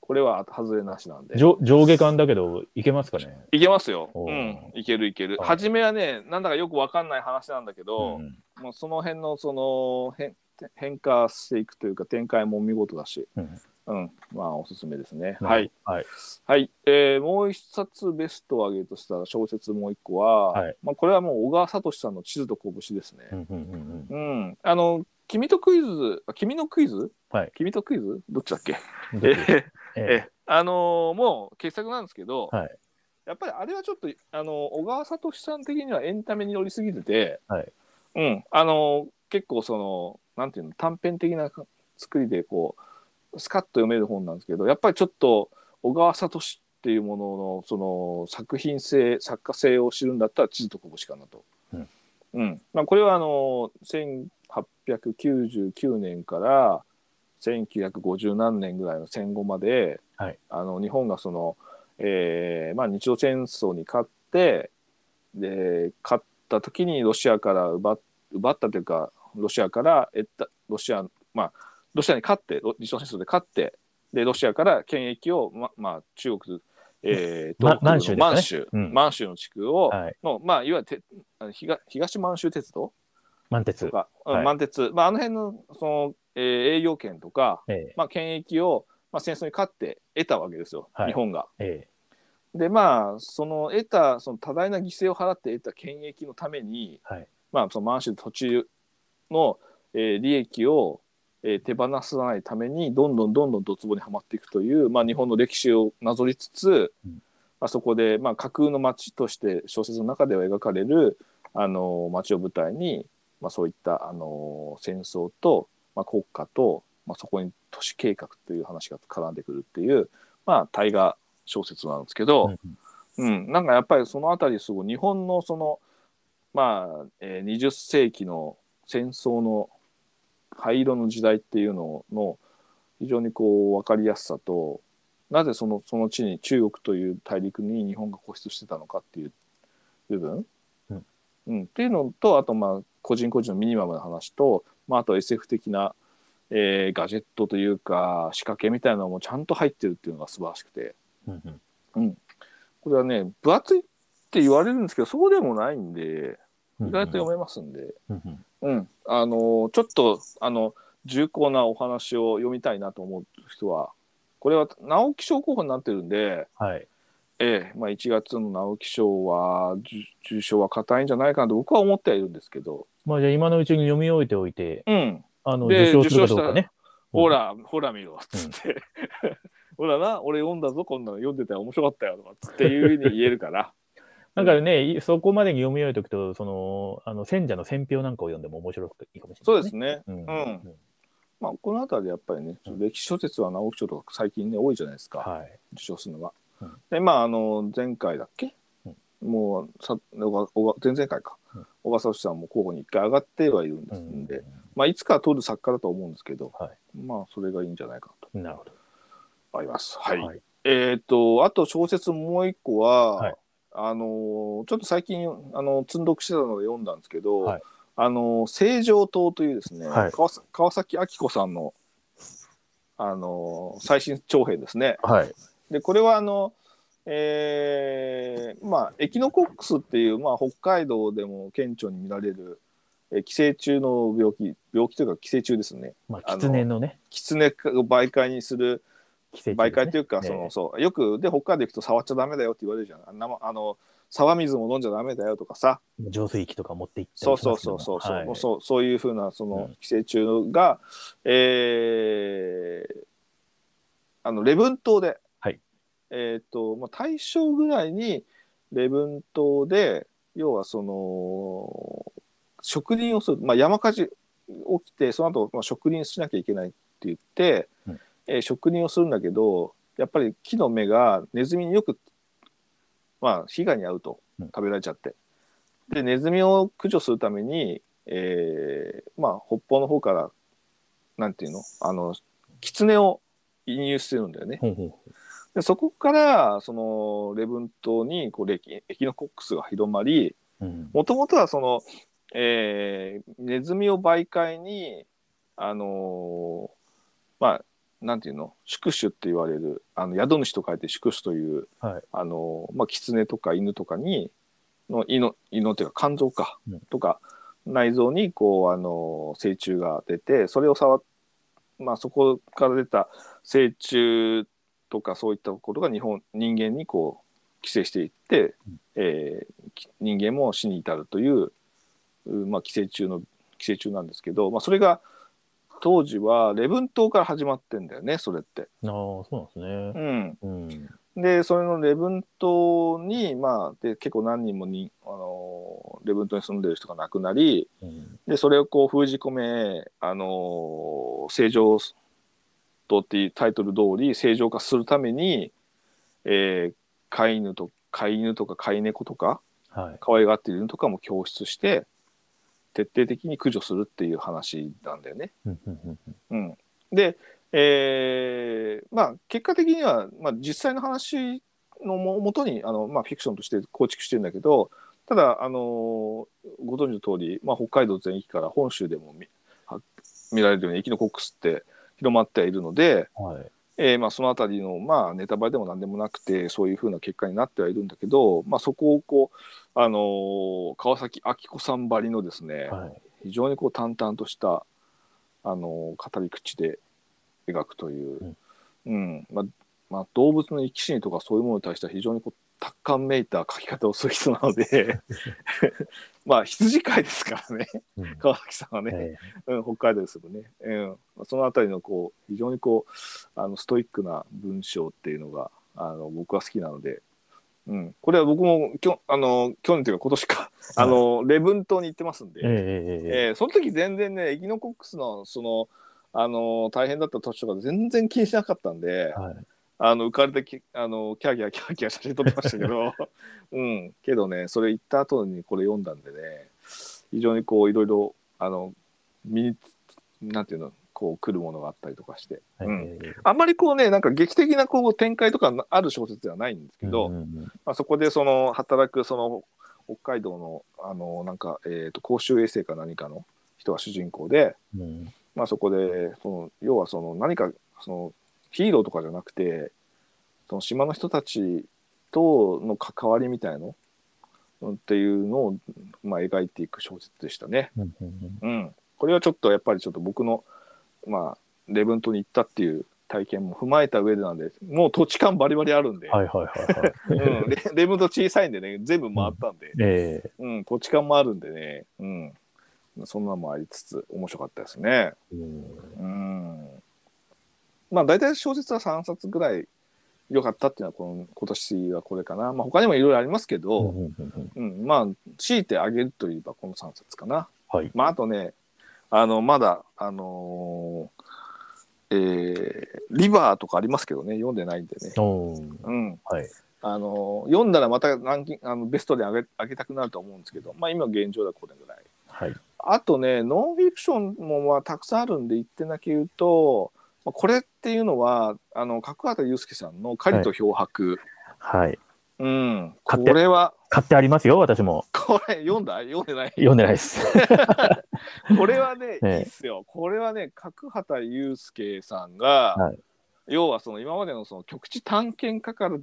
これは外れなしなんで。
上上下巻だけど、いけますかね。
いけますよ。
お
う
ー
ん、いけるいける。
はい
初めはね、なんだかよくわかんない話なんだけど、
うん
もうその辺のその変変化していくというか展開も見事だし、
うん
うん、まあおすすめですね。はい、
はい。
はい、えーもう一冊ベストを挙げるとしたら小説もう一個は、
はい
まあこれはもう小川聡さんの地図と拳ですね。
うんうんうんうん
うん、あの君とクイズ、あ君のクイズ、
はい
君とクイズ、どっちだっけ？
どうぞ
え
ええ
えあのーもう傑作なんですけど、
はい
やっぱりあれはちょっと、あのー小川聡さん的にはエンタメに寄りすぎてて、
はい
うんあのー結構そのなんていうの短編的な作りでこうスカッと読める本なんですけどやっぱりちょっと小川聡っていうもののその作品性作家性を知るんだったら地図と拳かなと。
うん
うんまあ、これはあのー1899年から1950何年ぐらいの戦後まで、
はい
あの日本がその、えーまあ、日露戦争に勝ってで勝った時にロシアから奪っ奪ったというかロシアから得たロシアまあロシアに勝ってロ日露戦争で勝ってでロシアから権益を、ままあ、中国、えー、
ま
東部の
満州で
満
すかね
州、
うん
満州の地区を、
はい。
のまあ、いわゆるてあの東東満州鉄道
満
と
鉄。
か、
はい
うん満鉄、まあ、あの辺のその、えー営業権とか、
ええ
まあ、権益を、まあ、戦争に勝って得たわけですよ、
はい
日本が。
え
でまあその得たその多大な犠牲を払って得た権益のために、
はい
まあ、その満州土地の、えー利益を、えー手放さないためにどんどんどんどんどつぼにはまっていくという、まあ、日本の歴史をなぞりつつ、
うん
まあ、そこで、まあ、架空の町として小説の中では描かれる、あの町を舞台に、まあ、そういった、あの戦争と、まあ、国家と、まあ、そこに都市計画という話が絡んでくるっていう、まあ、大河小説なんですけど、
うん
うん、なんかやっぱりそのあたりすごい日本のそのまあ、えー20世紀の戦争の灰色の時代っていうのの非常にこう分かりやすさとなぜそのその地に中国という大陸に日本が固執してたのかっていう部分、
うん
うんっていうのとあとまあ個人個人のミニマムな話と、まあ、あと SF 的な、えーガジェットというか仕掛けみたいなのもちゃんと入ってるっていうのが素晴らしくて。
うんうん
これはね分厚いって言われるんですけどそうでもないんで
うん
意外と読めますんで、
うんうん
うんあのーちょっとあの重厚なお話を読みたいなと思う人はこれは直木賞候補になってるんで、
はい。
ええまあ、1月の直木賞は受受賞は硬いんじゃないかなと僕は思ってはいるんですけど、
まあじゃあ今のうちに読み終えておいて、
うん、
あの、
で
受賞するかどうかね。
ほら、ほら見ろっつって、 [laughs] ほらな俺読んだぞこんなの読んでたら面白かったよとかっつっていうふうに言えるから
なんかね、いそこまでに読み終えておくと、その、あの、賢者の選票なんかを読んでも面白くていいかもしれ
そ
な
う
い、
ですね
うん。
うんまあ、この辺りやっぱりね、歴史小説は直木賞とか最近ね、多いじゃないですか、
はい。
受賞するのは。
うん
で、まあ、あの、前回だっけ、
うん
もうさ小川小川前々回か、
うん
小笠さんも候補に一回上がってはいるんですんで、まあ、いつか取る作家だと思うんですけど、
は
まあ、それがいいんじゃないかと
うんなるほど。
思います。はい。
はい。
えっ、と、あと小説もう一個は、
はい
あのーちょっと最近、あの、積んどくしてたので読んだんですけど、
はい
あのー、正常党というですね、
はい
川さ川崎明子さんの、あのー最新長編ですね。
はい。
で、これはあの、えーまあ、エキノコックスっていう、まあ、北海道でも顕著に見られる、えー寄生虫の病気、病気というか寄生虫ですね。
まあ、
あの
狐のね、
キツネを媒介にする、
寄生虫ですね
媒介というか、
ね
そのそうよくで北海道行くと触っちゃダメだよって言われるじゃんあんなもんあの沢水も飲んじゃダメだよとかさ
浄水器とか持って行った
そう
りし
そ
ま
うそう
すけど
そうそう、
はい
そうそういうふうなそうの
ん
寄生虫が、えーあの礼文島で、
はい
えっ、と、まあ、大正ぐらいに礼文島で要はその植林をする、まあ、山火事起きてその後、まあ植林しなきゃいけないって言って、
うん
えー植林をするんだけどやっぱり木の芽がネズミによく、まあ、被害に遭うと
うん
食べられちゃって、でネズミを駆除するために、ええーまあ、北方の方から、なんていうの、あの、狐を輸入してるんだよね。
ほうほうほう
でそこから、その、レブン島に、こう、レキエキノコックスが広まり、
うん
もともとはその、えーネズミを媒介に、あのーまあ、なんていうの、宿主って言われる、あの宿主と書いて宿主という、
はい
あのーまあ、狐とか犬とかに、の胃の、胃のっていうか肝臓か、
うん
とか、内臓に、こう、あのー成虫が出て、それを触っ、まあ、そこから出た成虫とかそういったことが日本、人間にこう、寄生していって、えーき人間も死に至るという、うまあ、寄生虫の寄生虫なんですけど、まあ、それが当時は礼文島から始まってんだよねそれって。
ああ、そうなんで
うん、
すね。うん。
でそれの礼文島に、まあ、で結構何人もに、あのー礼文島に住んでる人が亡くなり
うん
でそれをこう封じ込め、あのー正常島っていうタイトル通り正常化するために、えー飼い犬と飼い犬とか飼い猫とか
はい。
可愛がっているのとかも供出して徹底的に駆除するっていう話なんだよね。
うんうんうん
うん、で、えーまあ、結果的には、まあ、実際の話のももとにあの、まあ、フィクションとして構築してるんだけどただ、あのーご存知の通り、まあ、北海道全域から本州でも見は見られるようにエキノコックスって広まってはいるので、
はい。
えーまあ、そのあたりの、まあ、ネタバレでも何でもなくてそういうふうな結果になってはいるんだけど、まあ、そこをこう、あのー川崎明子さんばりのですね、
はい。
非常にこう淡々とした、あのー語り口で描くという、うんまあまあ、動物の生き死にとかそういうものに対しては非常にこう達観めいた書き方をする人なの [laughs] でまあ羊飼いですからね
うん
川崎さんはね。う
え
ん、北海道ですもんね、うん、そのあたりのこう非常にこうあのストイックな文章っていうのがあの僕は好きなので、うん、これは僕もきょあの去年というか今年かあの礼文島に行ってますんで、
えええええ
えーその時全然ねエキノコックスのそのあの大変だった年とか全然気にしなかったんで
え。、はい。
あの浮かれてき [laughs] あのキャーキャーキャーキャー写真撮ってましたけ
[laughs]
ど、うん、けどねそれ行った後にこれ読んだんでね非常にこういろいろあの身につなんていうのこう来るものがあったりとかして
はい
うん
ええええ
あんまりこうねなんか劇的なこう展開とかある小説ではないんですけど、
うんうんうん
まあ、そこでその働くその北海道のあのなんか、えー、と公衆衛生か何かの人が主人公で、
うん
まあ、そこでその要はその何かそのヒーローとかじゃなくてその島の人たちとの関わりみたいのうんっていうのを、まあ、描いていく小説でしたね。
うんうん
うん、これはちょっとやっぱりちょっと僕の、まあ、レブントに行ったっていう体験も踏まえた上でなんでもう土地感バリバリあるんで、
はいはいはいはい。
うん、レレブント小さいんでね全部回ったんで、
ええ
うん、土地感もあるんでね、うん、そんなのもありつつ面白かったですね。
うん
うんまあ大体小説は3冊ぐらい良かったっていうのはこの今年はこれかな。まあ他にもいろいろありますけ
うん
ど、
うんうんうん
うんまあ強いてあげるといえばこの3冊かな。
はい。
まああとね、あのまだ、あのーえーリバーとかありますけどね、読んでないんでね。
おー
うん
はい。
あのー読んだらまたランキングあのベストで上げ上げたくなると思うんですけど、まあ今現状ではこれぐらい。
はい。
あとね、ノンフィクションもまあたくさんあるんで、一点だけ言うと、まあ、これっていうのは、あの角畑祐介さんの狩りと漂白、
はい。
うん、こ
買って
れは、
買ってありますよ、私も。
これ、読んだ読んで
[laughs]
ない
読んでないです。
これはね、い
ええ
いっすよ。これはね、角畑祐介さんが、
はい
要はその今までのその局地探検家から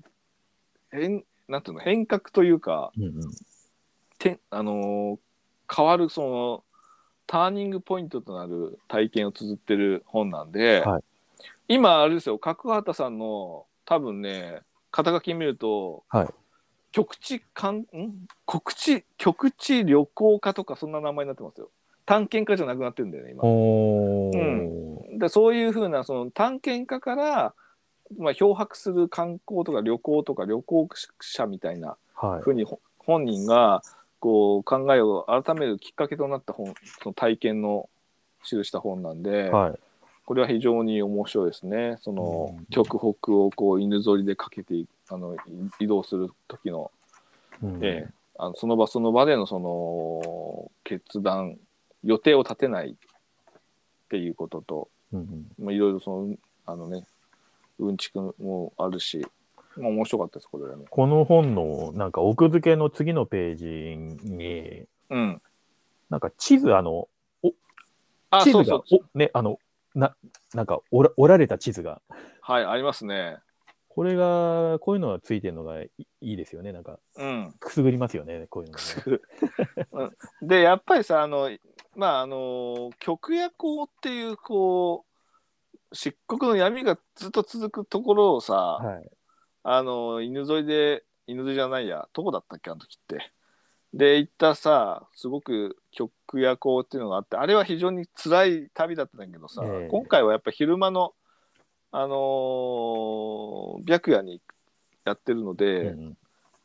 変、なんていうの、変革というか、
うんうん
てあのー変わるそのターニングポイントとなる体験を綴ってる本なんで、
はい
今あれですよ角畑さんの多分ね肩書き見ると、
はい
局地かんん国地局地旅行家とかそんな名前になってますよ探検家じゃなくなってるんだよね今。
おー
でそういうふうなその探検家から、まあ、漂白する観光とか旅行とか旅行者みたいな
はい
ふ。うにほ本人がこう考えを改めるきっかけとなった本その体験の記した本なんで、
はい。
これは非常に面白いですねその、
うん
極北をこう犬ぞりでかけていあのい移動する時の,、
うん
ええあのその場その場でのその決断予定を立てないっていうことと、
うんうん
まあ、いろいろその、あのね、うんちくもあるし、まあ、面白かったです、これはね。
この本のなんか奥付けの次のページに、
うん。
なんか地図、あの、
あ、
地図
そ
が
うそう。
おね、あの、ななんか折ら折られた地図が、
はい、ありますね。
これが、こういうのがついてるのがいいいですよね、なんか、
うん。
くすぐりますよね、こういうのがね、
[laughs] うんでやっぱりさあのまああの極夜行っていうこう漆黒の闇がずっと続くところをさ、
はい。
あの犬沿いで犬沿いじゃないやどこだったっけあの時って。で行ったさすごく極夜行っていうのがあってあれは非常に辛い旅だったんだけどさ、
ええ
今回はやっぱ昼間のあのー白夜にやってるので、
うんうん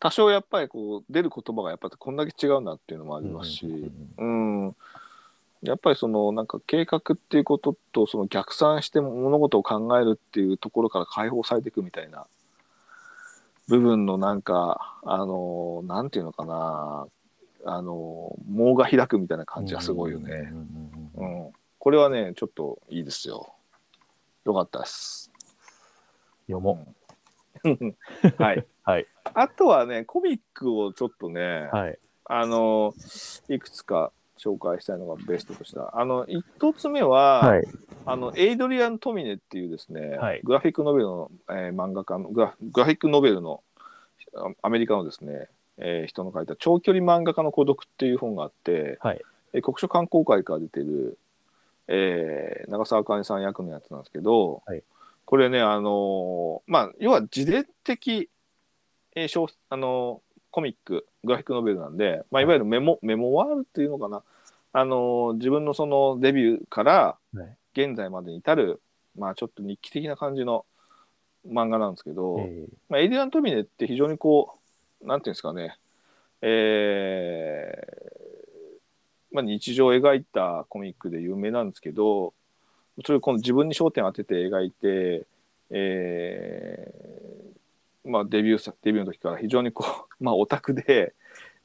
多少やっぱりこう出る言葉がやっぱりこんだけ違うなっていうのもありますし。
うんうんうん
うん、やっぱりそのなんか計画っていうこととその逆算して物事を考えるっていうところから解放されていくみたいな部分のなんかあのなんていうのかなあの網が開くみたいな感じがすごいよね
う、んうんうん
う
うん
んこれはねちょっといいですよよかった
[laughs]
です
読も
はい、
はい、
あとはねコミックをちょっとね
う。はい。
あのいくつか紹介したいのがベストとしたあの一つ目は、
はい。
あのエイドリアン・トミネっていうですね、
はい
グラフィックノベルの、えー漫画家のグラグラフィックノベルのあアメリカのですね、えー人の書いた「長距離漫画家の孤独」っていう本があって、
はい
えー国書観光会から出てる、えー長澤かおりさん役のやつなんですけど、
はい
これねあのーまあ要は自伝的、えー小あのーコミックグラフィックノベルなんで、まあ、いわゆるメモメモワールっていうのかなあのー自分のそのデビューから
はい
現在までに至る、まあ、ちょっと日記的な感じの漫画なんですけど、
え
まあ、エイディアン・トミネって非常にこうなんていうんですかねえーまあ、日常を描いたコミックで有名なんですけどそれをこの自分に焦点を当てて描いて、えーまあ、デビューさデビューの時から非常にこう、 [laughs] まあ、オタクで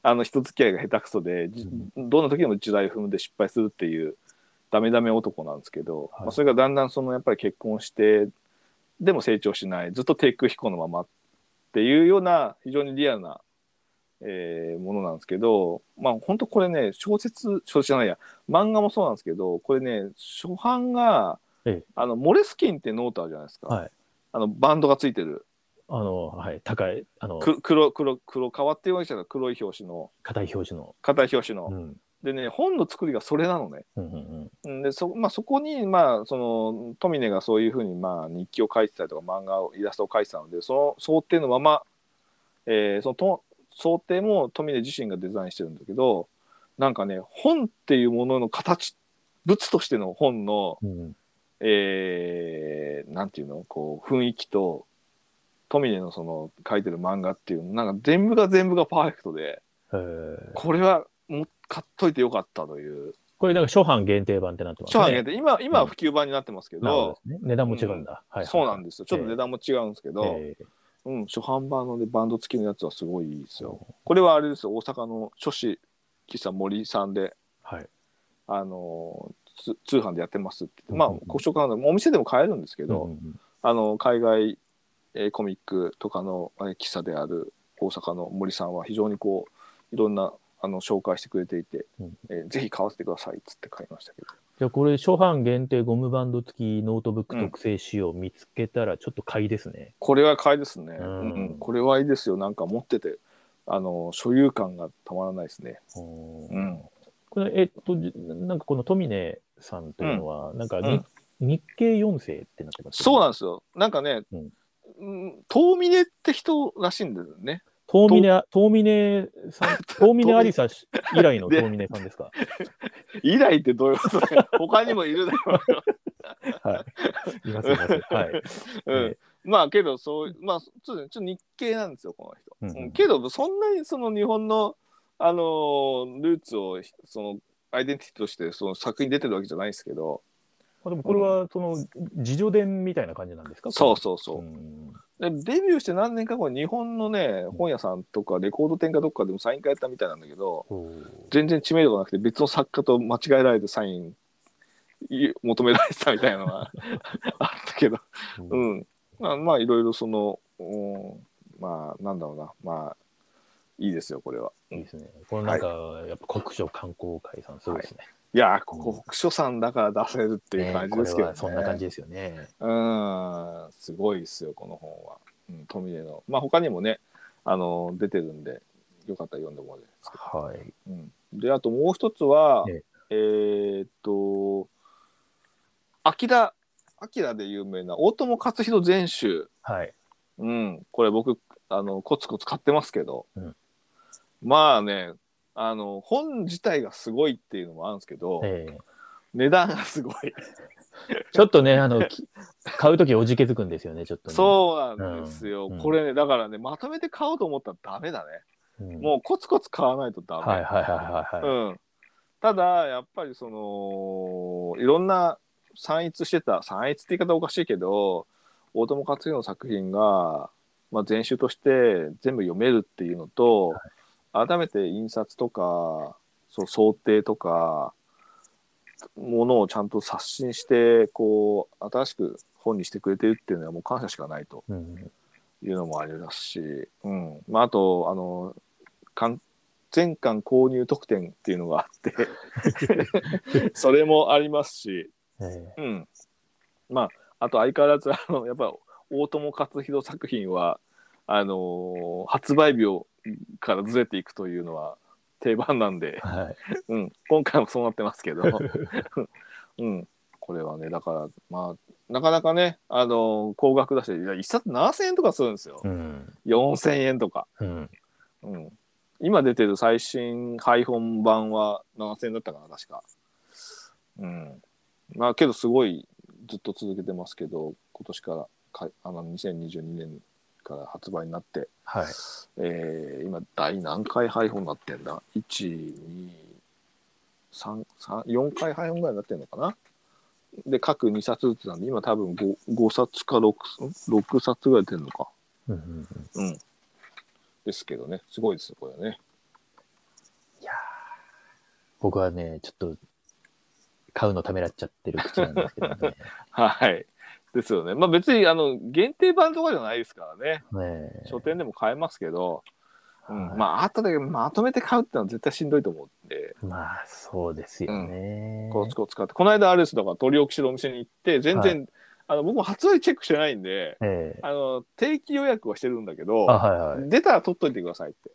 あの人付き合いが下手くそで、じどんな時でも時代を踏んで失敗するっていうダメダメ男なんですけど、
はい
まあ、それがだんだんそのやっぱり結婚してでも成長しないずっと低空飛行のままっていうような非常にリアルな、えーものなんですけどまあ本当これね小説小説じゃないや漫画もそうなんですけどこれね初版が、
ええ
あのモレスキンってノートあるじゃないですか、
はい
あのバンドがついてる
あの、はい。高い、あの、
く黒黒黒革っていうわけじゃない黒い表紙の
硬い表紙の。
硬い表紙の、
うん。
でね本の作りがそれなのね。
うんうん
うんでそ,、まあ、そこに、まあ、そのトミネがそういうふうに、まあ、日記を書いてたりとか漫画をイラストを書いてたのでその想定のまま、えーそのと想定もトミネ自身がデザインしてるんだけどなんかね本っていうものの形物としての本の、
うんうん。
えーなんていうのこう雰囲気とトミネのその書いてる漫画っていうなんか全部が全部がパーフェクトで
えー
これはもう買っといてよかったという。
これ、だから初版限定版ってなってます
初
ね。
版限定今今
う
は
ん
普及版になってますけ
なるほど
ど
で、すね。値段も違うんだ。はいはい。
そうなん
で
ですよちょっと値段も違うんですけど、
えー
うん、初版版の、ね、バンド付きのやつはすごいいいですよこれはあれですよ大阪の書士喫茶森さんで、
はい。
あのーつ通販でやってますって言って
うんうん
まあ国書館のお店でも買えるんですけど、
うんうん
あの海外、えーコミックとかの、えー喫茶である大阪の森さんは非常にこういろんなあの紹介してくれていて、
うん
えーぜひ買わせてくださいっつって買いましたけど
じゃあこれ、初版限定ゴムバンド付きノートブック特製仕様見つけたら、ちょっと買いですね。
これは買いですね、
う
うんんこれはいいですよなんか持っててあの所有感がたまらないですね、
うん
うん、
これ、えっと、じなんかこの富根さんというのは、なんかに、
うん
日系4世ってなってます、
そうなん
ん
ですよなんかね、
う
うん、遠峰って人らしいんだよね
遠峰、遠峰さ
[laughs]
ん、遠峰ありさし以来の
で
遠峰さんですか。
以来ってどういうことだよ
[laughs]
他にもいるだろ [laughs]
はい。います、います。はい。
う、うん、まあけどそうまあそうですねちょっと日系なんですよこの人、
うんうん
けどそんなにその日本のあのールーツをそのアイデンティティとしてその作品出てるわけじゃないですけど
まあ、でもこれは、その、自助伝みたいな感じなんですか
そうそうそう、
ん
でデビューして何年か後に日本のね本屋さんとかレコード店かどっかでもサイン会やったみたいなんだけど
そう
全然知名度がなくて別の作家と間違えられてサインい求められてたみたいなの
[laughs]
があったけど、
うん
うん、まあまあいろいろその、うん、まあなんだろうなまあいいですよこれは。
いいですね。このなんか、やっぱ国書観光会さん、すごいですね。
いやーここ北書さんだから出せるっていう
ね
感じ
こ
ですけ
れ
ど、
は
ね、
そんな感じですよね。
うんすごいですよこの本は、うん、富江のまあ他にもねあの出てるんでよかったら読んでもらいたいですけど
はい。
うん、であともう一つは、
え
えーっと秋田秋田で有名な大友克洋全集、
はい。
うん、これ僕あのコツコツ買ってますけど、
うん
まあねあの本自体がすごいっていうのもあるんですけど、
ええ
値段がすごい
ちょっとね、あの、き買うときおじけづくんですよね、ちょっと、ね。
そうなんですよ、
うん
これねだからねまとめて買おうと思ったらダメだね、
うん。
もうコツコツ買わないとダメ、
はいはいはいはいは
う
い。
ん、ただやっぱりそのいろんな散逸してた散逸って言い方おかしいけど大友克洋の作品が、まあ、全集として全部読めるっていうのと、改めて印刷とかそう想定とかものをちゃんと刷新してこう新しく本にしてくれてるっていうのはもう感謝しかないと
うん。
いうのもありますし、うんまあ、あとあの完全巻購入特典っていうのがあってそれもありますし、
ええ
うんまあ、あと相変わらずあのやっぱり大友克洋作品はあのー発売日をからずれていくというのは定番なんで、
はい。
うん、今回もそうなってますけど、うん、これはねだからまあなかなかね、あのー高額だしいや一冊7,000円とかするんですよ。
うん。
4000円とか、
うん。
うん、今出てる最新配本版は7000円だったかな確かうんまあけどすごいずっと続けてますけど今年からかあの2022年から発売になって、
はい。
えー今第何回配本になってんだ12334回配本ぐらいになってんのかなで各2冊ずつなんで今多分 5, 5冊か 6, 6冊ぐらい出てるのか
うんうんうん。
うん。ですけどね、すごいですよ、これね。
僕はね、ちょっと、買うのためらっちゃってる口なんです
[laughs]
けどね。
はい。ですよね。まあ別に、あの、限定版とかじゃないですからね。
ねえ
書店でも買えますけど、うん、
はい
まあ、あっただけまとめて買うってのは絶対しんどいと思うんで、
まあ、そうですよね。
コツコツ買って。この間、あれです、だから、取り置きしてるお店に行って、全然、あの、僕も発売チェックしてないんで、
ええ
あの、定期予約はしてるんだけ
あ、
ど、
はいはい。
出たら取っといてくださいって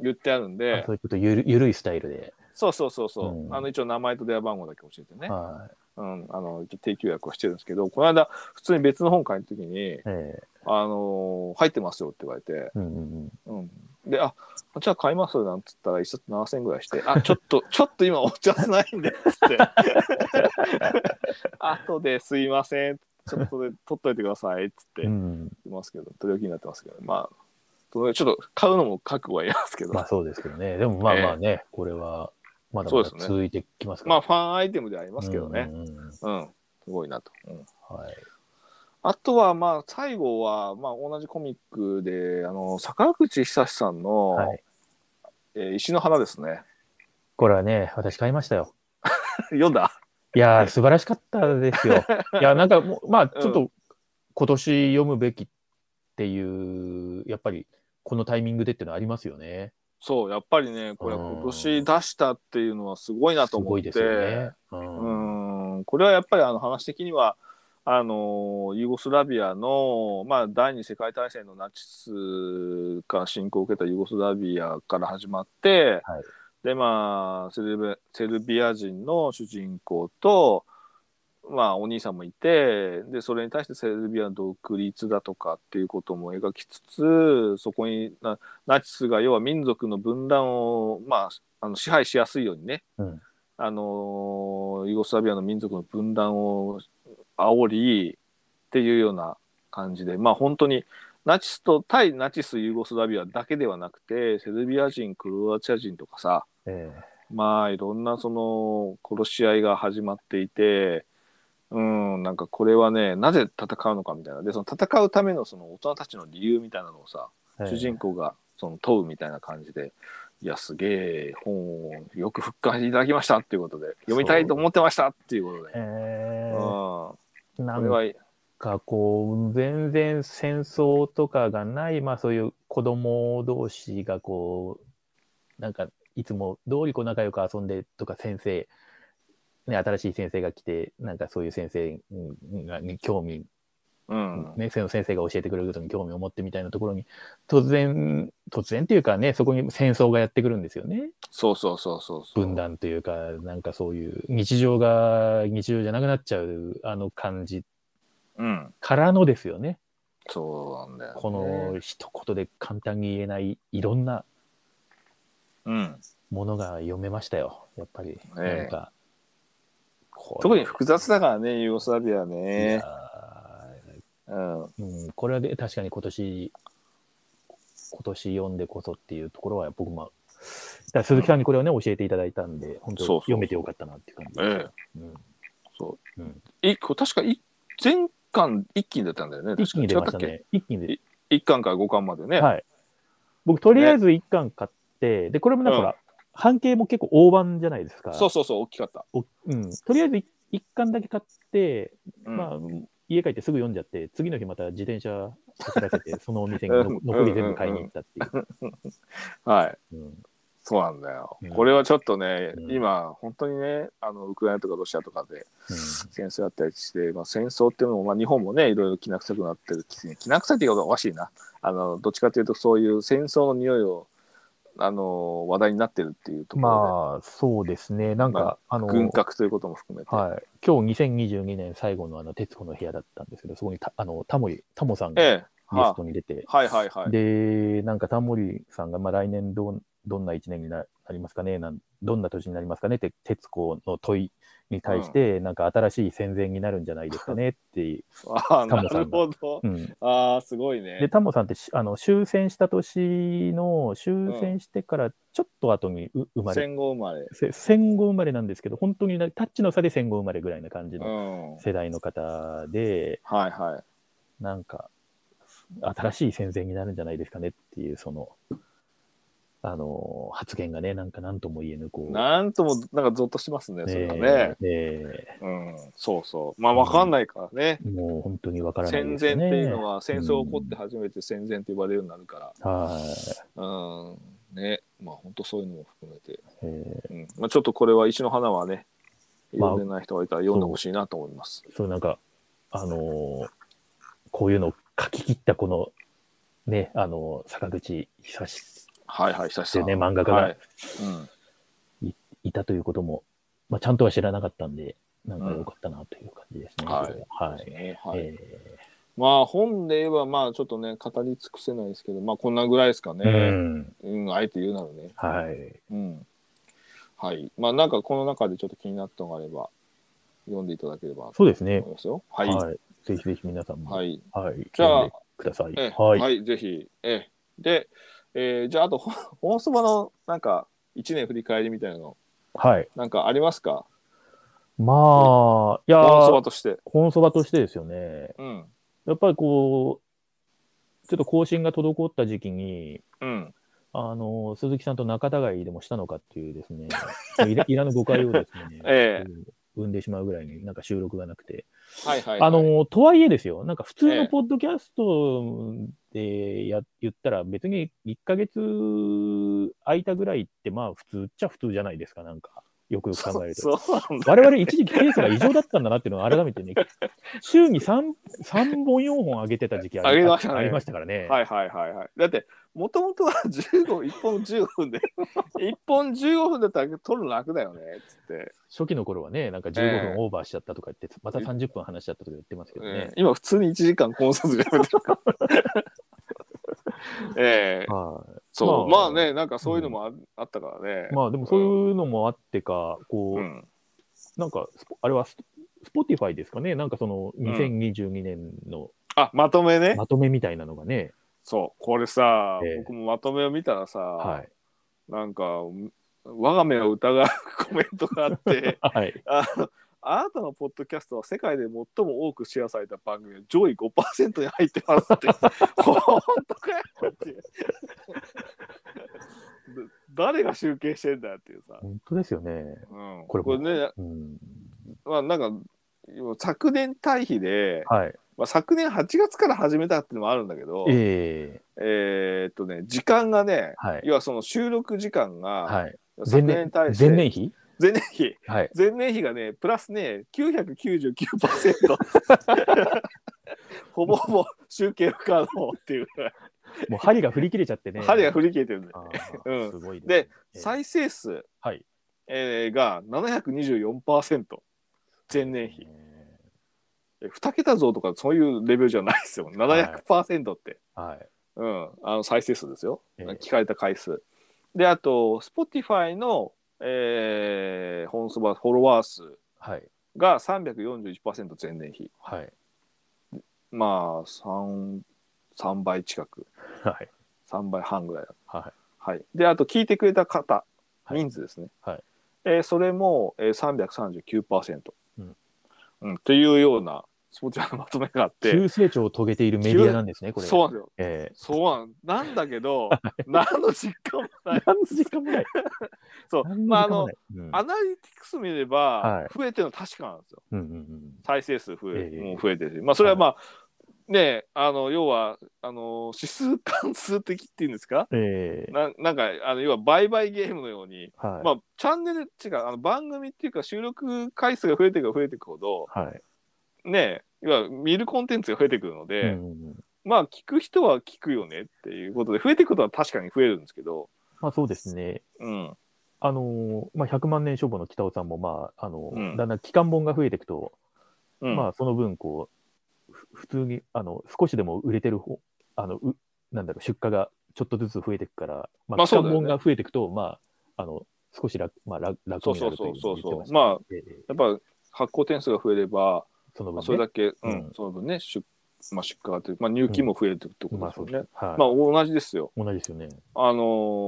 言ってあるんで
そ、ういうことゆるゆるいスタイルで。
そうそうそうそう、
うん
あの、一応名前と電話番号だけ教えてね。
はい。
うん、あの一応定期予約はしてるんですけどこの間普通に別の本買いの時に
ええ
「あのー入ってますよ」って言われて、
うんうん
うん、で「あじゃあ買いますよ」なんつったら一冊7,000円ぐらいして「あちょっと [laughs] ちょっと今お茶せないんで」つ
[laughs]
って「後ですいません」ちょっとで取っといてください」っつって
う
言っ
ん。
てますけど取り置きになってますけどまあそのちょっと買うのも覚悟はいりますけど、
まあそうですけどね。でもまあまあね、これは、まだ
そ
ま
うで
だ
すね
続いてきますか
ま
ら。
あファンアイテムではありますけどね
うんうんうん
うん、すごいなと。うん
はい。
あとはまあ最後はまあ同じコミックであの坂口久志さんの、
はい。
えー石の花」ですね
これはね、私買いましたよ。
読んだ
いやー、素晴らしかったですよ。
[laughs]
いや、なんかもう、まあ、ちょっ
う
と、今年読むべきっていう、やっぱり、このタイミングでっていうのはありますよね。
そうやっぱりねこれ
うん
今年出したっていうのはすごいな
す
と思
ご
っ
い
て
ですよね。う。
うんんこれはやっぱりあの話的にはあのユーゴスラビアの、まあ、第二次世界大戦のナチスから侵攻を受けたユーゴスラビアから始まって、
はい
でまあセルビセルビア人の主人公と、まあ、お兄さんもいてでそれに対してセルビアの独立だとかっていうことも描きつつそこになナチスが要は民族の分断を、まあ、あの支配しやすいようにね、
うん
あのユーゴスラビアの民族の分断を煽りっていうような感じでまあ本当にナチスと対ナチスユーゴスラビアだけではなくてセルビア人クロアチア人とかさ
え
まあいろんなその殺し合いが始まっていてうんなんかこれはねなぜ戦うのかみたいなでその戦うためのその大人たちの理由みたいなのをさ
え
主人公がその問うみたいな感じでいや、すげえ本をよく復活いただきましたっていうことで、読みたいと思ってましたっていうことで。
え
うん。
ー、
こ
な
れ
ん
は、
かこう、全然戦争とかがない、まあそういう子供同士がこう、なんかいつも通りこう仲良く遊んでとか先生、ね、新しい先生が来て、なんかそういう先生がに興味
うん。
ね、その先生が教えてくれることに興味を持ってみたいなところに、突然、突然というかね、そこに戦争がやってくるんですよね。
そうそうそうそうそう。
分断というか、なんかそういう日常が日常じゃなくなっちゃうあの感じ
うん。
からのですよね。
そうなんだよ、ね。
この一言で簡単に言えないいろんな
うん。
ものが読めましたよ、やっぱり。
ええ
なんか、これ
特に複雑だからね、ユーゴスラビア
いや
ね。うん。
ーうん、これはで確かに今年、今年読んでこそっていうところは僕も、だから鈴木さんにこれをね、教えていただいたんで、本
そ
当
うそうそう
読めてよかったなっていう感じ。
ええ。
うん
そう。
うん
え、これ確かい全巻一気に出たんだよね。
一気に出ました
確か違ったっ
ね。一気に出
け。一巻から五巻までね。
はい。僕、とりあえず一巻買って、で、これもね、
うん
ほら、半径も結構大盤じゃないですか。
そうそうそう、大きかった。
おうん。とりあえず一一巻だけ買って、
うん
まあ、家帰ってすぐ読んじゃって、次の日また自転車走らせ
[laughs]
て、そのお店にの
うん
残り全部買いに行ったっていう。
はい。
うん
そうなんだよ
うん。
これはちょっとね、
うん
今、本当にね、あのウクライナとかロシアとかで
う
戦争やったりして、まあ、戦争っていうのも、まあ、日本もね、いろいろきな臭くなってる、ききな臭いって言うことはおかしいな。あのどっちかというと、そういう戦争の匂いを、あの話題になってるっていうと
ん
ころ
まあ、そうですね。なん
ま
か、あの
で、、軍拡ということも含めて。
はい。今日2022年最後のあの、徹子の部屋だったんですけど、そこにたあのタモリ、タモさんがゲ
ええ、
ス
は
トに出て、
あ、はいはいはい。
で、なんかタモリさんが、まあ、来年どんどんな一年にななりますかねなん、どんな年になりますかねって、徹子の問いに対して、なんか新しい戦前になるんじゃないですかねっ
[laughs]
ていう。
[laughs] ああ、
タ
な
モさん
る
が
ほど。
うん、
ああ、すごい
で、
ね。
タモさんってしあの終戦した年の、終戦してからちょっと後にう生まれ、
戦後生まれ。
せ戦後生まれなんですけど、本当になタッチの差で戦後生まれぐらいな感じ
う
の
ん。はい
世代の方で、
はい。
なんか、新しい戦前になるんじゃないですかねっていう、その、あの、発言がね、なんか何とも言えぬ、こう。
なんとも、なんかゾッとしますね、それはね。
ええ
うん、そうそう。まあ、わかんないからね。
えもう本当にわからない
戦
で
前
すよ
って
ね。
いうのは、戦争起こって初めて戦前って呼ばれるようになるか
はい、
ら。うん、ね。まあ、本当そういうのも含めて。
ええ
うん。まあ、ちょっとこれは、石の花はね、
まあ
読んでない人がいたら読んでほしいなと思います。
そうなんか、あのーこういうのを書き切ったこの、ね、あのー坂口久志
はいはい、久し
で
ぶ
ね、
り。
漫画家
は
が
い。うん。
いたということも、まあ、ちゃんとは知らなかったんで、なんか良かったなという感じですね。
うんはい
はい。
ねはい
ええ
まあ、本で言えば、まあ、ちょっとね、語り尽くせないですけど、まあ、こんなぐらいですか
う
ね。
ん、
うん、あえて言うならね。
はい。
うん。はい。まあ、なんか、この中でちょっと気になったのがあれば、読んでいただければと
そうですね
思い。ますよ。はい。
ぜひぜひ皆さんも、
は
はい、
い。じ
じゃ
ゃあ
あ、ください。
ええ
はい。
はい、ぜひ。ええで、えーじゃあ、あと、ほ [laughs] 本そばの、なんか、1年振り返りみたいなの、
はい。
なんかありますか
まあ、いや
本そ
ー
ば、として。
本そばとしてですよね。
うん。
やっぱりこう、ちょっと更新が滞った時期に、
うん。、
あの、鈴木さんと仲違いでもしたのかっていうですね、いらいらぬ誤解をですね
え
うん生んでしまうぐらいになんか収録がなくて。
はいはい、はい。
あ、の、とはいえですよ、なんか普通
え
の
え
ポッドキャストでや言ったら、別に1ヶ月空いたぐらいって、まあ普通っちゃ普通じゃないですか、なんか、よくよく考えると。
そうなんだ。
我々一時期ペースが異常だったんだなっていうのを改めてね、週に 3, 三本、4本上げてた時期あ
上
り
げましたね
ありましたからね。
はいはいはいはい。だって、もともとは15、1本15分で、1本15分だったら取るの楽だよね、つって。
初期の頃はね、なんか
ええ
15分オーバーしちゃったとか言って、また30分話しちゃったとか言ってますけど
え
ね
え。今、普通に1時間コンサートでやめてるから。 [laughs] ええ
は
そう、ま
まあ
あ、ね、なんかそういうのもあ,、あったからね。
い、まあでもそういうのもあってか、こう、
うん。
なんかスポ、あれはススポティファイですかね、なんかその
ん
2022年の
あ、まとめね。
まとめみたいなのがね、
そう、これさ、
ええ
僕もまとめを見たらさ、
はい。
なんか、我が目を疑う [laughs] コメントがあ
[laughs]
って、
はい、
あのあなたのポッドキャストは世界で最も多くシェアされた番組の上位5%に入ってますって、本当かよって。 [laughs] 誰が集計してんだっていうさ、
本当ですよね。
うん、
これも
これね、
うん。
まあ、なんか今昨年対比で、
はい。
まあ、昨年8月から始めたっていうのもあるんだけどえ
ええ
ーっとね時間がね
はい。
要はその収録時間が
はい。
昨
前
年
年
に対、して
前年比
前年比
はい。
前年比がねプラスね999%ほぼほぼ集計不可能っていうぐらい
もう針が振り切れちゃってね。
針が振り切れてるんで
あ
う
ー
ん
すごい
で
ですね。
再生数、
はい
えー、が724%前年比
え
2桁増とかそういうレベルじゃないですよ700%って、
ーはい。
うん、あの再生数ですよ、
ええ
聞かれた回数であと Spotify の、えー、本そばフォロワー数
はい。
が341%前年比
はい。
まあ 3, 3倍近く
はい。
3倍半ぐらいだ
は
はいであと聞いてくれた方
はい
人数ですね、
はい
えーそれも、えー、339%、
うん
うん、というようなスポーツのまとめがあっ
い。
て
急成長を遂げているメディアなんですね、これ。
そうなんですよ
え
そうなんなんだけ
[laughs]
ど何の実感もない
ー。何の時間もない。
[laughs] そう
何の
まああ
時間も
の
ない。うん
アナリティクス見れ
は
ば
い
増えてるのは確かなんですよ
うんうんうん。
再生数増え,、
ええ
もう増えてるしまあそれはまあ、ねあの要はあの指数関数的っていうんですか
ええ
ななんかあの要は売買ゲームのように、
はい。
まあチャンネル違うあの番組っていうか収録回数が増えていく増えていくほど
はい。
ね要は見るコンテンツが増えてくるので、
うんうんうん
まあ聞く人は聞くよねっていうことで増えていくことは確かに増えるんですけど、
まあそうですね。
うん、
あのーまあ、100万年消防の北尾さんも、まああのー
うん
だんだん期間本が増えていくと、
うん
まあ、その分こう、ふ普通にあの少しでも売れてる方あのうなんだろう出荷がちょっとずつ増えていくから、
ま
ま
あ
あ、期
そうだ
間
よね
本が増えていくと、まああの少し楽,、まあ、楽楽
そう
にな
そう
ると
そ
いううふう
そ
に
う
言って
そ
ま
う
した
まあや
ええ
っぱ発行点数が増えれば
その
まあ、
分、
それ
ね
だけ、うん
うん
その分ね出、まあ、出荷がという、まあ、入金も増えるってことで
まあ
す
そ
よ
う
ね
で。すはい
まあ、同じですよ。
同じですよね。
あの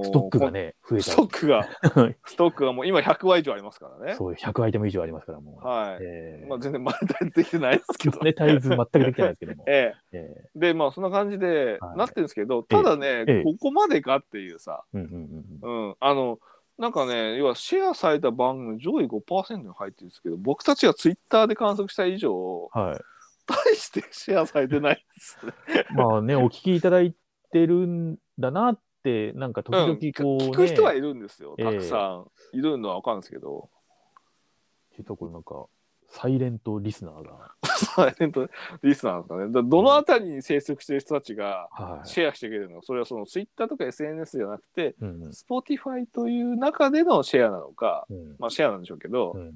ー
ストックがね、
こ
増え
ん
た
ストックが、
はい
ストックがもう今100話以上ありますからね。
そう100アイテム以上ありますから、もう。
はい。
ええ [laughs]
まあ、全然マネタイズできてないですけど。
ね、絶えず全くできてないですけども
[laughs] え
ええ
えで、まあ、そんな感じで
はい
なってるんですけど、ただね、
ええ
ここまでかっていうさ、
うんうんうん
うん、あの、なんかね、要はシェアされた番組の上位5%に入ってるんですけど、僕たちがツイッターで観測した以上、
うん。はい。
大してシェアされてないですね。
まあね、お聞きいただいてるんだなって、なんか時々こう、ね
聞く人はいるんですよ、
ええ
たくさんいるのは分かるんですけど、 [laughs]
実はこれなんか、サイレントリスナーが、
サイレントリスナーなんですかねだどのあたりに生息してる人たちが
はい。
シェアしてくれるのかそれはそのツイッターとか SNS じゃなくて
うんうん。
Spotify という中でのシェアなのか
うん
まあシェアなんでしょうけど
う、ん。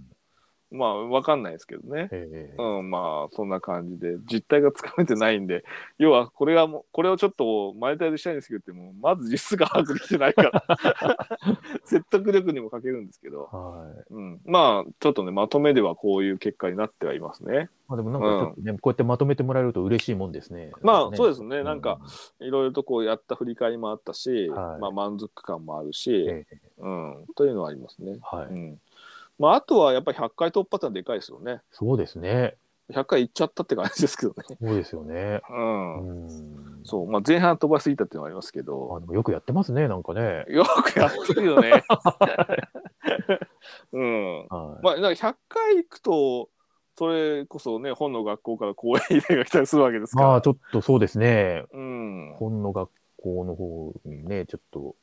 まあ分かんないですけどね。
ええ
うん、まあそんな感じで実態がつかめてないんで要はこれがもうこれをちょっとマネタイズしたいんですけどってもうまず実質が把握できてないから
[laughs]
説得力にも欠けるんですけど、
はい。
うん、まあちょっとねまとめではこういう結果になってはいますね。
まあでもなんかちょっとね、こうやってまとめてもらえると嬉しいもんですね。
まあそうですすねなんか、いろいろとこうやった振り返りもあったし、
はい
まあ満足感もあるし、
ええ
うん、というのはありますね。
は
う
い。
んまあ、あとはやっぱり100回突破ってのはでかいですよね。
そうですね。
100回いっちゃったって感じですけどね。
そうですよね。
[laughs] うん
うん。
そう、まあ、前半飛ばしすぎたっていうのはありますけど、
あでもよくやってますね、なんかね。
よくやってるよ [laughs] ね。うん。
はい。
まあ、なんか100回行くと、それこそね、本の学校から講演依頼が来たりするわけですから。
まあちょっとそうですね。
うん。
本の学校の方にね、ちょっと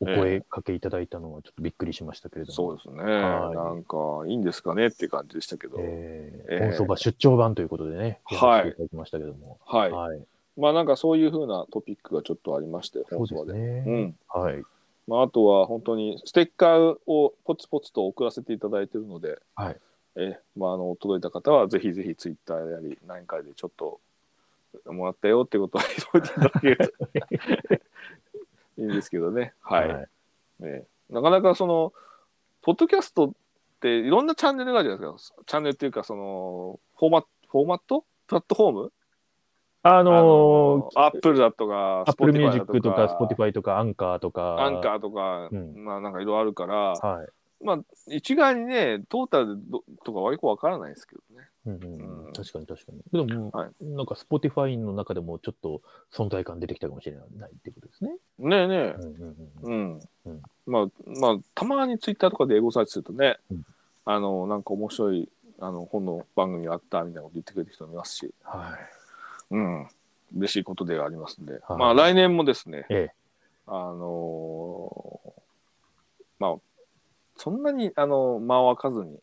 お声かけいただいたのはちょっとびっくりしましたけれども。
そうですね。
はい
なんか、いいんですかねっていう感じでしたけど。
え
え
ー、
ー
本相場出張版ということでね、
はい
やらせていただきましたけども。
はい。
はい。
まあ、なんかそういうふうなトピックがちょっとありまして、
そ
放
うで
送で。
す
う
ね。
ん。
はい。
まあ、あとは本当にステッカーをポツポツと送らせていただいているので、
はい
えまあ、あの届いた方はぜひぜひツイッターやり何回でちょっともらったよってことは届いていただける
[laughs]
といいんですけどね、はい
はい
えなかなかそのポッドキャストっていろんなチャンネルがあるじゃないですかチャンネルっていうかそのフォーマフォーマットプラットフォーム
あ
あ
の
アップルだとか
ー、Apple
Spotify だ
Music とか Spotify とか Anchor とか。
アンカーとか、
うん
まあなんかいろいろあるから、
はい。
一概にね、トータルでどとかはよくわからないですけどね。
うんうん
う
うんん、確かに確かに。でも、
はい
なんか Spotify の中でもちょっと存在感出てきたかもしれないってことですね。
ねえねえ
う。んうんうん
うん
うん
まあまあたまにツイッターとかでエゴサーチするとね、
うん
あのなんか面白いあの本の番組があったみたいなこと言ってくれる人もいますし、
はい。
うん、嬉しいことではありますんで、
はい
まあ来年もですね、
ええ
あのーまあそんなにあの間を空かずに、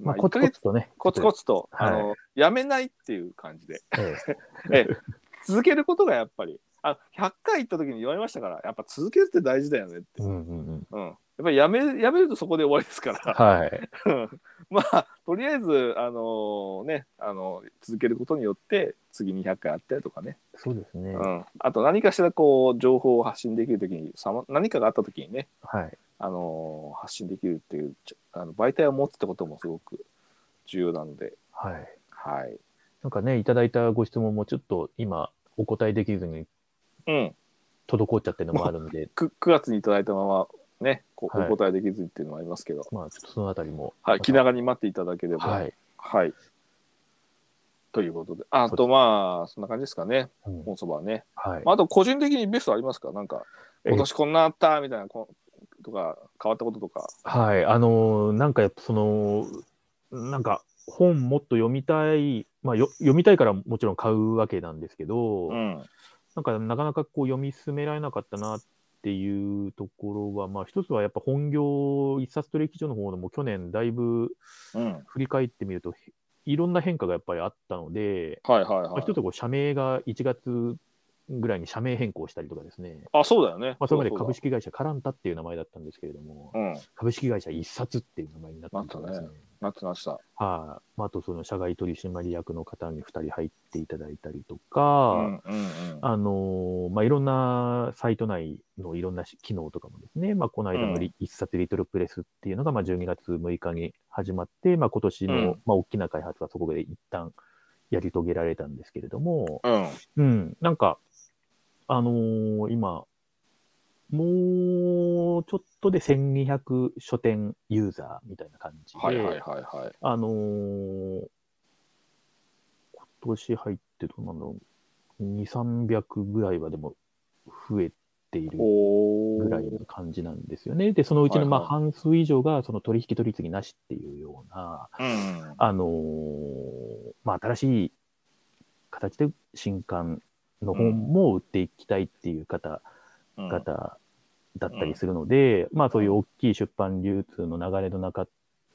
ま
まあ、
あ、コ
1
ツ
ヶ
コ
月
ツとね。
コツコツと、
は
あ
い
のやめないっていう感じで、
ええ
ええ続けることがやっぱりあ100回行った時に言われましたからやっぱ続けるって大事だよねって。
うんうん
[laughs]
う
う
ん。
ん、やっぱりやめやめるとそこで終わりですから、
[laughs] はい。
まあとりあえず、あのねあの続けることによって次200回あったりとかね、
そうですね。
う
は
ん、あと何かしらこう情報を発信できるときにさま何かがあったときにね、
い。
あの発信できるっていうちょあの媒体を持つってこともすごく重要なので、
はい。
はい
なんかね、いただいたご質問もちょっと今、お答えできずに
うん、
滞っちゃってるのもあるん
[laughs]
で、
9, 月にいただいたまま、ね、こ
はい
お答えできずにっていうのはありますけど、
まあ、ちょっとそのあたりも。
はい、気長に待っていただければ。
はい。
はい。ということで、あ
そう
とまあ、そんな感じですかね、
うん
本そばはね。
はい。
まああと、個人的にベストありますかなんか、今年こんなあったみたいなこ、とか、変わったこととか。
はい、あのーなんかやっぱその、なんか本もっと読みたい、まあ、よ読みたいからもちろん買うわけなんですけど、
うん。
なんかなかなかこう読み進められなかったなっていうところは、まあ一つはやっぱ本業一冊取引所の方のも去年だいぶ
うん。
振り返ってみると、へいろんな変化がやっぱりあったので、
はいはい
まあ
はい
一。つはこう社名が1月ぐらいに社名変更したりとかですね、
あ、そうだよね。
まあ、それまで
うだ
株式会社カランタっていう名前だったんですけれども
う、だうん。
株式会社一冊っていう名前になっていたんです
な
ね
っ。なってました。
はい、まあ、あとその社外取締役の方に2人入っていただいたりとか、
うんうん
あのーまあ、いろんなサイト内のいろんなし機能とかもですね、まあ、この間のリ、一冊リトルプレスっていうのがまあ12月6日に始まって、まあ、今年の、
うん
まあ、大きな開発はそこで一旦やり遂げられたんですけれども、
うん。うん。
うん、なんか、あのー今、もうちょっとで1200書店ユーザーみたいな感じで、
はいはいはいはい。
あのー今年入ってどうなんだろう、2、300ぐらいはでも増えている
お
ぐらい
ー。
の感じなんですよね。で、そのうちのまあ
は
半数以上がその取引取次なしっていうような、
うん。
あのーまあ、新しい形で新刊の本も売っていきたいっていう方
うん
方だったりするので、まあそういう大きい出版流通の流れの中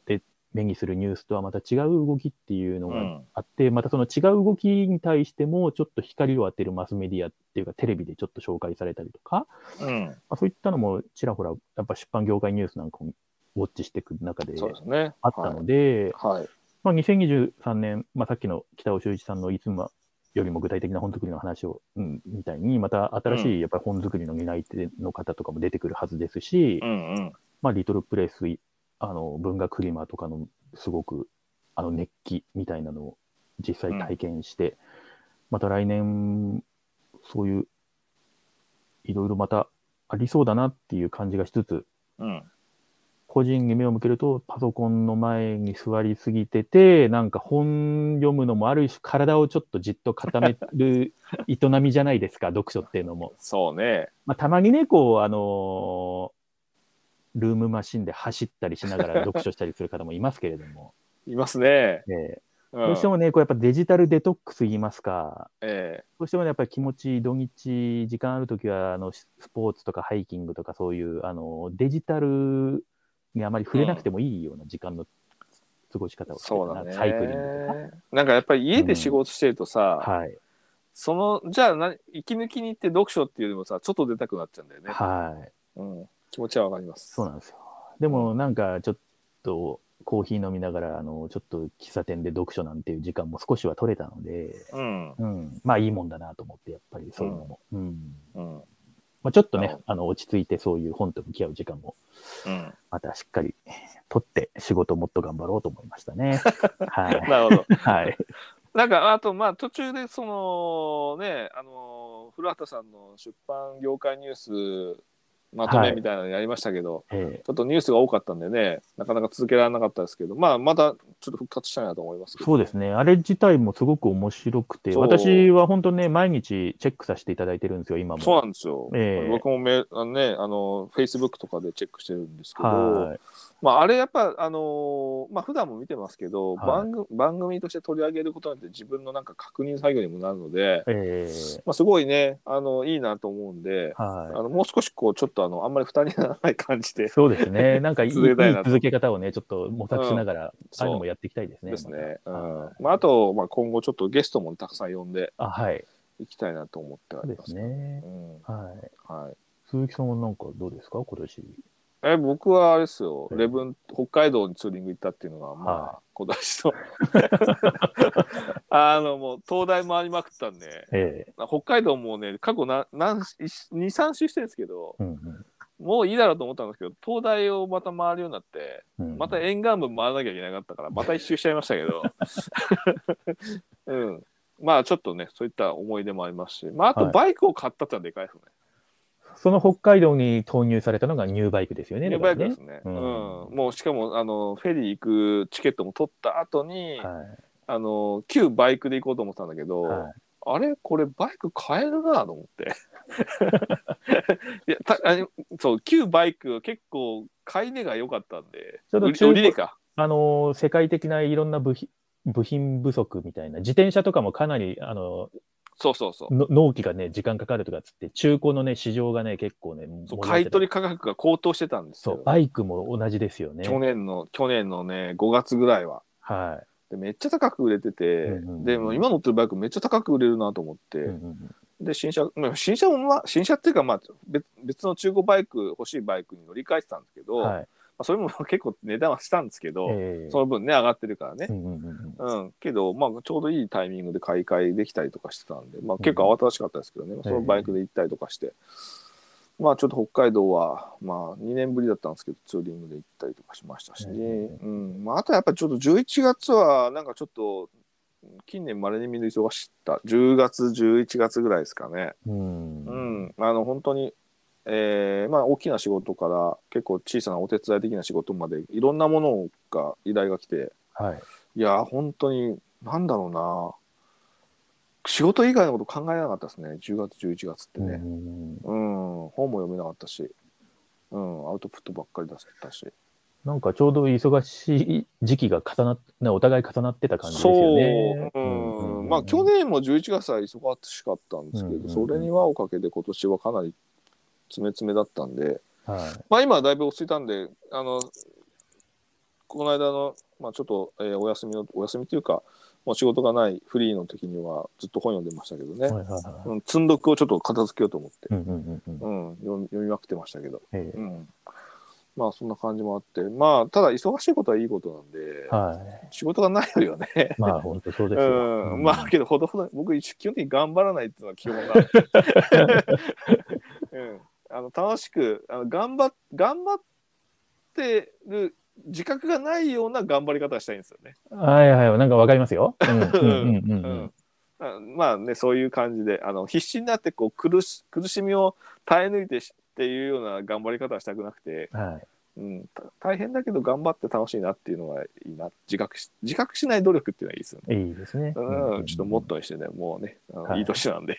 で目にするニュースとはまた違う動きっていうの
う
が
ん。
あって、またその違う動きに対してもちょっと光を当てるマスメディアっていうかテレビでちょっと紹介されたりとか、
うん。
まあ、そういったのもちらほらやっぱ出版業界ニュースなんかをウォッチしていく中で
そうですね。
あったので、
はい。はい。
まあ、2023年、まあ、さっきの北尾修一さんのいつもよりも具体的な本作りの話を、うん、みたいに、また新しいやっぱり本作りの担い手の方とかも出てくるはずですし、
うんうん。
まあ、リトルプレス、いあの文学フリマとかのすごくあの熱気みたいなのを実際体験して、また来年、そういういろいろまたありそうだなっていう感じがしつつ、
うん。
個人に目を向けると、パソコンの前に座りすぎてて、なんか本読むのもある種、体をちょっとじっと固め
[laughs]
る営みじゃないですか、読書っていうのも。
そうね。
まあ、たまにね、こう、あのールームマシンで走ったりしながら読書したりする方もいますけれども、
いますね。
え
[laughs] う
えどうして
ん。
もね、こうやっぱデジタルデトックス言いますか、
え
どうしてもねやっぱり気持ち、土日、時間あるときはあの、ススポーツとかハイキングとか、そういうあのデジタルにあまり触れなくてもいいような時間の過ごし
え
方をしてる
そう
か
だ
な
ね。
サイクリングと
なんかやっぱり家で仕事してるとさ、
か。はい。
そのじゃあ何息抜きに行って読書っていうよりもさちょっと出たくなっちゃうんだよね、
はい。
うん、気持ちはわかります
そうなんですよ。でも、なんかちょっと、コーヒー飲みながら、あの、ちょっと喫茶店で読書なんていう時間も少しは取れたので、
うん
うん。まあ、いいもんだなと思って、やっぱりそういうのも。うん。
うん
まあ、ちょっと
なる
ね
ほ、
あの、落ち着いてそういう本と向き合う時間も
うん
またしっかり取って仕事もっと頑張ろうと思いました [laughs] ね。はい。
なるほど
はい。
なんかあとまあ途中でそのねあの古畑さんの出版業界ニュースまとめみたいなのやりましたけど、
え
ちょっとニュースが多かったんでね、なかなか続けられなかったですけど、まあ、またちょっと復活したいなと思います
え
けど。
そうですね、あれ自体もすごく面白くて、
そう
私は本当ね、毎日チェックさせていただいてるんですよ、今も。
そうなんですよ。
ええ
僕もめあのね、あの、Facebook とかでチェックしてるんですけど、
はい
まあ、あれやっぱ、あのーまあ、普段も見てますけど、
はい
番組番組として取り上げることによって自分のなんか確認作業にもなるので、
ええ
まあ、すごいね、あの、いいなと思うんで、あ
は
のもう少しこう、ちょっとあの、あんまり負担にならない感じ
い。
で、
そうです [laughs] ね、なんかいいいい
続けたいなと
続け方をね、ちょっと模索しながら、ああいうのもやっていきたいですね。
ですね。う
また
ん
はい。
まあ、あと、まあ、今後ちょっとゲストもたくさん呼んで
あはい、
いきたいなと思っては
そう
い
で
ますす。
ね。
うん。
はい。
はい。
鈴木さんはなんかどうですか、今年。
え僕はあれですよ、
はい
レブン北海道にツーリング行ったっていうのがまあ、
は
今年の [laughs] あのもう東大回りまくったんで
ええ
北海道もね過去な何23周してるんですけど
うん
もういいだろうと思ったんですけど東大をまた回るようになって
うんうん
また沿岸部回らなきゃいけなかったからまた一周しちゃいましたけど、 [laughs] うん、まあちょっとねそういった思い出もありますし、まあ、あと
はい
バイクを買ったってのはでかいですね。
その北海道に投入されたのがニューバイクですよね。
ニューバイクですね。
う
うんん、もうしかもあのフェリー行くチケットも取った後に、
だからね
あの旧バイクで行こうと思ってたんだけど、
はい。はい。
あれこれバイク買えるなと思って。 [laughs] いやたあそう旧バイクは結構買い値が良かったんで、
ちょっと
売り
中古
売り値か。
あのー、世界的ないろんな部品、部品不足みたいな、自転車とかもかなり、あの
そうそうそう。
の納期がね、時間かかるとかっつって、中古のね、市場がね、結構ね、
そう
盛り上がって
買
た
い取り価格が高騰してたんです
そ
よ。
う、バイクも同じですよね。
去年の去年のね5月ぐらいは。
は
でめっちゃ高く売れてて、
んうんうん
でもう今乗ってるバイクめっちゃ高く売れるなと思って、
い。うんうんうん
で新車まあ新車も、まあ、新車っていうか、まあ、別別の中古バイク欲しいバイクに乗り換えてたんですけど、ま
はい。
あ、それも結構値段はしたんですけど、
ええ
その分ね上がってるからね
う、んうんうんうん
うんけど、まあ、ちょうどいいタイミングで買い替えできたりとかしてたんで、まあ、結構慌ただしかったですけどね、そのバイクで行ったりとかして、まあちょっと北海道は、まあ、2年ぶりだったんですけどツーリングで行ったりとかしましたし、
え
う
え
んまあ、あとはやっぱちょっと11月はなんかちょっと近年まれに見る忙しかった10月11月ぐらいですかね。
うん
うん、あの本当に、えーまあ、大きな仕事から結構小さなお手伝い的な仕事までいろんなものが依頼が来て
はい。
いやー本当に何だろうな仕事以外のこと考えなかったですね10月11月って
うんう
ね、
んうん
うん本も読めなかったし、うん、アウトプットばっかり出せたし、
なんかちょうど忙しい時期が重なっ、ねお互い重なってた感じですよね。
そう、うん
うんうんうん
まあ去年も11月は忙しかったんですけど、
うんうんうん
それに輪をかけて今年はかなり詰め詰めだったんで、
はい。
まあ今はだいぶ落ち着いたんで、あの、この間の、まあちょっと、えーお休みの、お休みというか、もう仕事がないフリーの時にはずっと本読んでましたけどね。
はいはいはい
うん、積んどくをちょっと片付けようと思って、
うんうんうんうん
うん、読み読みまくってましたけど、
ええ
うん。まあそんな感じもあって、まあただ忙しいことはいいことなんで、
は
仕事がないよりはね、
い。まあ、本当そうですよ。
うん、まあけどほどほど僕一基本的に頑張らないっていうのは基本な [laughs] うん、あの楽しくあの頑張っ頑張ってる自覚がないような頑張り方はしたいんですよね。
はいはい、なんかわかりま
[laughs]
すよ。うんうんうんうん
う
うんん
あまあねそういう感じであの必死になってこう苦し苦しみを耐え抜いてしっていうような頑張り方はしたくなくて、
は
う
い。
ん、た大変だけど頑張って楽しいなっていうのはいいな自覚し自覚しない努力っていうのはいいですよね。
いいですね。
うん、ちょっとモットーにしてね、もうね、あの
はい
いい年なんで、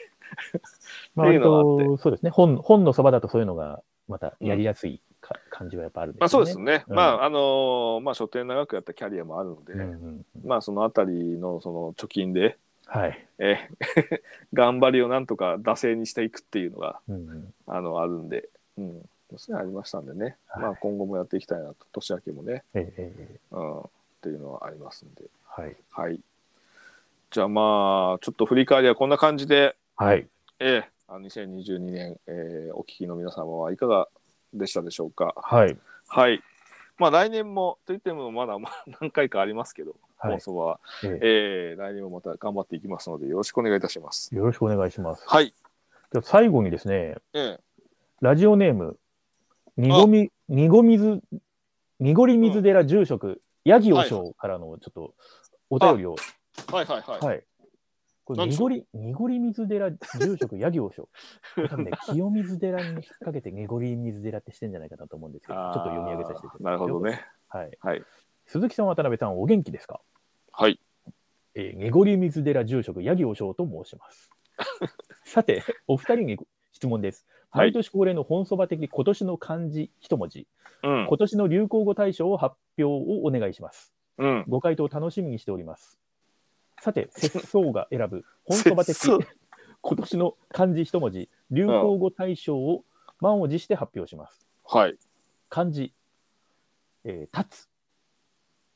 まあ、
っていう
割
のがあって
と、そうですね。本、本のそばだとそういうのが、またやりやすいか感じはやっぱあるんですね。
まあそうですね。
うん
まああのーまあ書店長くやったキャリアもあるので、
うんうん
まあそのあたりのその貯金で、
はい。
え [laughs] ー頑張りをなんとか惰性にしていくっていうのが
うんうん
あのあるんで、うん、そういうのありましたんでね。
はい
まあ今後もやっていきたいなと年明けもね、
ええええええ
うん、っていうのはありますんで、
はい。
はい。じゃあまあちょっと振り返りはこんな感じで、
はい。
えーあの2022年、えーお聞きの皆様はいかがでしたでしょうか。
はい。
はい。まあ来年もといってもまだまあ何回かありますけど、
はい
放送は、
え
えー来年もまた頑張っていきますのでよろしくお願いいたします
え。よろしくお願いします。
はい。
じゃあ最後にですね、
ええ
ラジオネーム、にごみ、にごみず、濁り水寺住職、ヤギ和尚からのちょっとお便りを、
はいはいはい。
はい。これ
何ですか
濁り、濁り水寺、住職、ヤギ王将。これ多分
[laughs]
ね、清水寺に引っ掛けて濁り水寺ってしてんじゃないかなと思うんですけど、ちょっと読み上げさせていただきます。
なるほど。ね。
はい。
はい。
鈴木さん、渡辺さん、お元気ですか
はい。
えー、濁り水寺住職、ヤギお尚と申
[laughs]
します。さて、お二人に質問です。
はい
毎年恒例の本そば的今年の漢字一文字、
うん。
今年の流行語大賞を発表をお願いします。
うん。
ご回答を楽しみにしております。さて、節操が選ぶ本そば的
節操
今年の漢字一文字、流行語大賞を満を持して発表します。
はい。
漢字、えー、立つ。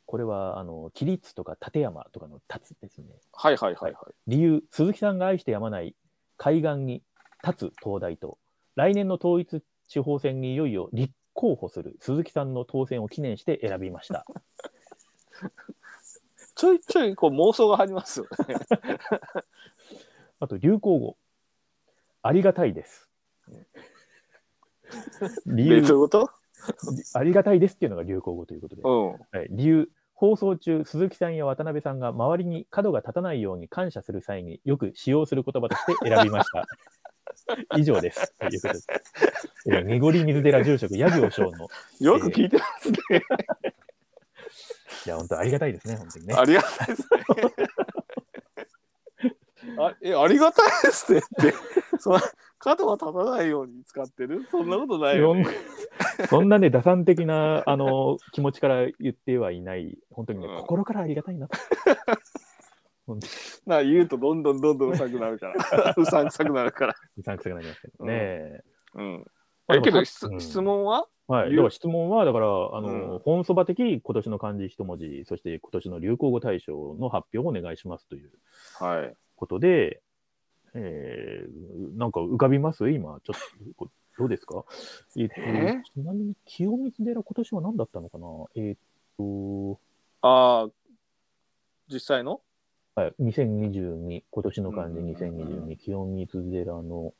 これは、あの、起立とか立山とかの立つですね。
はいはいはいはい。
理由、鈴木さんが愛してやまない海岸に立つ東大と、来年の統一地方選にいよいよ立候補する鈴木さんの当選を記念して選びました。
ちょいちょいこう妄想が入りますよね。
あと、流行語。ありがたいです。理
えどうい
由、
うこと
ありがたいですっていうのが流行語ということで。
うん。
はい、理由、放送中、鈴木さんや渡辺さんが周りに角が立たないように感謝する際によく使用する言葉として選びま
[laughs]
した。以上です。ということです。えー濁り水寺住職、ヤギお尚の。
よく聞いてますね。
いや、本当ありがたいですね、本当にね。
ありがたいですね。あえありがたいですねって、そんな角が立たないように使ってるそんなことないよね。
[laughs] そんそんなね、打算的なあの気持ちから言ってはいない、本当にね、
うん
心からありがたいなと。
な言うとどんどんどんどんうさくなるから。うさんくさくなるから。
うさんくさくなりますけどね。
うん。
まあ
えけど、
で
質
もうん
質問は
はい、
言う
だから質問は、だから、あの、
うん
本そば的今年の漢字一文字、そして今年の流行語大賞の発表をお願いしますという
はい。
ことで、えー、なんか浮かびます今、ちょっと、どうですかえっと
[laughs] え
ちなみに、清水寺、今年は何だったのかなえっと、
ああ、実際の
はい、2022、今年の漢
うん
字
うんうんう
2022、清水寺の、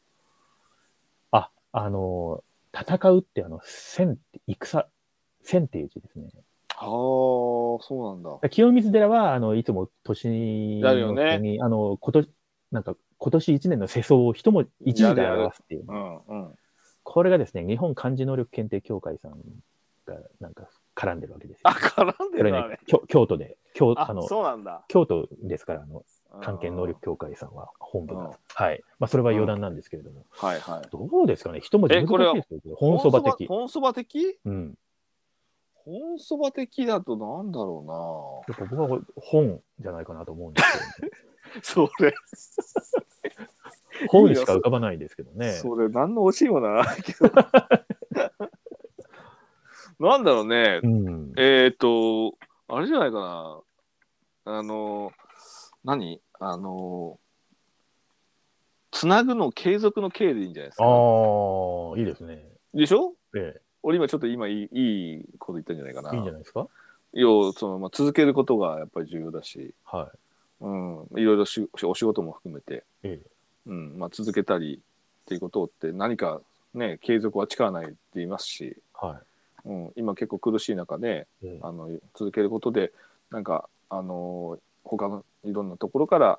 あ、あの、戦うって、あの、戦って、戦、戦っていう字ですね。
ああ、そうなんだ。
清水寺は、あの、いつも年の
だよね
瀬に、あの、今年、なんか、今年一年の世相を一文字、一字で表すっていう。
うんうん。
これがですね、日本漢字能力検定協会さんが、なんか、絡んでるわけですよ
あ、。絡んで
これ
るな、あ
ね
れ。、
京京都で、京、
あ
あの、
そうなんだ。
京都ですから、あ
う
の、
ん
探検能力。協会さんは、本部
うん
が。はい。まあ、それは余談なんですけれども。
はいはい。
どうですかね一文字
え
難し
これはい
ですよ。本そば的。
本そば的
うん。
本そば的だとなんだろ
やっぱ僕はこれ本じゃないかなと思うんですけど、
うな。 [laughs] それ、 [laughs]
ね、本しか浮かばないですけどね。
それ、何の惜しいもの [laughs] はないけど。なんだろうね。
うん。
えっ、と、あれじゃないかな。あの、何あの、つなぐの継続の継でいいんじゃないですか。
ああ、いいですね。
でしょ
え
俺今ちょっと今いいいいこと言ったんじゃないかな。
え、いいんじゃないですか。
要その、まあ、続けることがやっぱり重要だし、
は
うん、いろいろしお仕事も含めて、
ええ
うんまあ、続けたりっていうことって何かね継続は力ないって言いますし、
い。は
うん、今結構苦しい中で
い。ええ
あの続けることでなんかあの他のいろんなところから、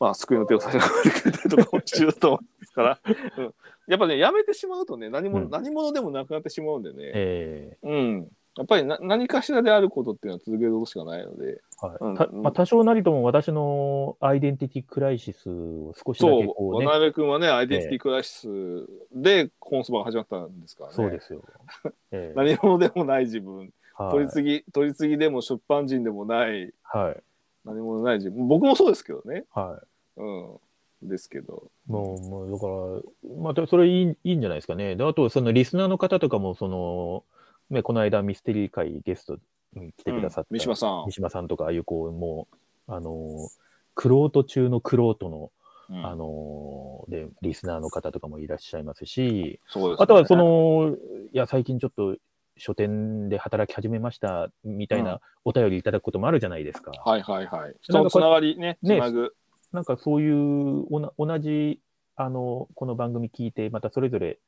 まあ、救いの手を差し伸べてくれたりとかも必要だと思うんです
[laughs]
から、うん、やっぱねやめてしまうとね何も、
うん
何者でもなくなってしまうんでね。
え
うん、やっぱりな何かしらであることっていうのは続けることしかないので、
えはい。
うん
たまあ、多少なりとも私のアイデンティティクライシスを少しだ
そ
け
う、
こう
渡
ね。
辺君はね、アイデンティティクライシスでコンソバが始まったんですからね。
そうですよ。 [laughs] ええ
何者でもない自分、
は
取り
い。
次ぎ、取り次ぎでも出版人でもない、
はい。
何者でもない自分、僕もそうですけどね、
は
うん、ですけど、
い。もう、もう、だから、また、それいい、いいんじゃないですかね。で、あと、そのリスナーの方とかも、その。ね、この間ミステリー会ゲストに来てくださった。
うん三島さん
三、島さんとか、ああいうこう、もう、あのー、クロート中のクロートの、
うん
あのーで、リスナーの方とかもいらっしゃいますし、
そうですね
あとはそ、の、いや、最近ちょっと書店で働き始めましたみたいうなお便りいただくこともあるじゃないですか。
はいはいはい、人
なん
の
かこう
つながりね、つ
ね
なぐ、
なんかそういうおな同じ、あの、この番組聞いて、またそれぞれ、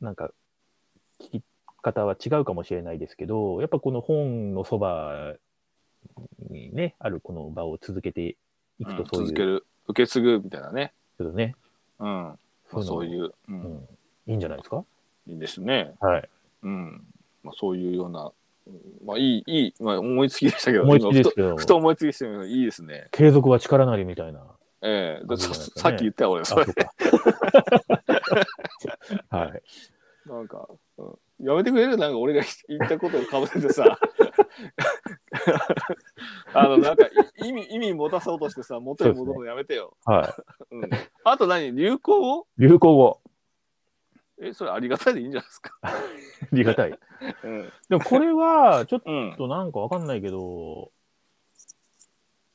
なんか、聞き方は違うかもしれないですけど、やっぱこの本のそばにね、あるこの場を続けていく
うん
とそう
続
い
け
う
る、受け継ぐみたいなね。
けどね、
うん。まあ、そう
う
いう、う
のも、
ん、
うん、いいんじゃないですか。
いいですね。
はい。
うん。まあ、そういうような、まあ、いい、いい、まあ、思いつきでしたけど、
思いつきですけ
今ふ
ど
とふと思いつきでしたけど、いいですね。
継続は力なりみたいな。
ええだ
そ
さ
うなんですね
さっき言ったよ、俺、
あ、そ
そうれ。
か。 [laughs] はい。
なんか、うん、やめてくれるなんか俺が [laughs] 言ったことをかぶせてさあのなんかい意味意味持たそうとしてさ元に戻るのやめてよ
は
う、ん、あと何流行を
い。流行語。
えそれありがたいでいいんじゃないですか
ありが
[laughs]
たい。
うん、
でもこれは、ちょっ
うん、
となんかわかんないけど、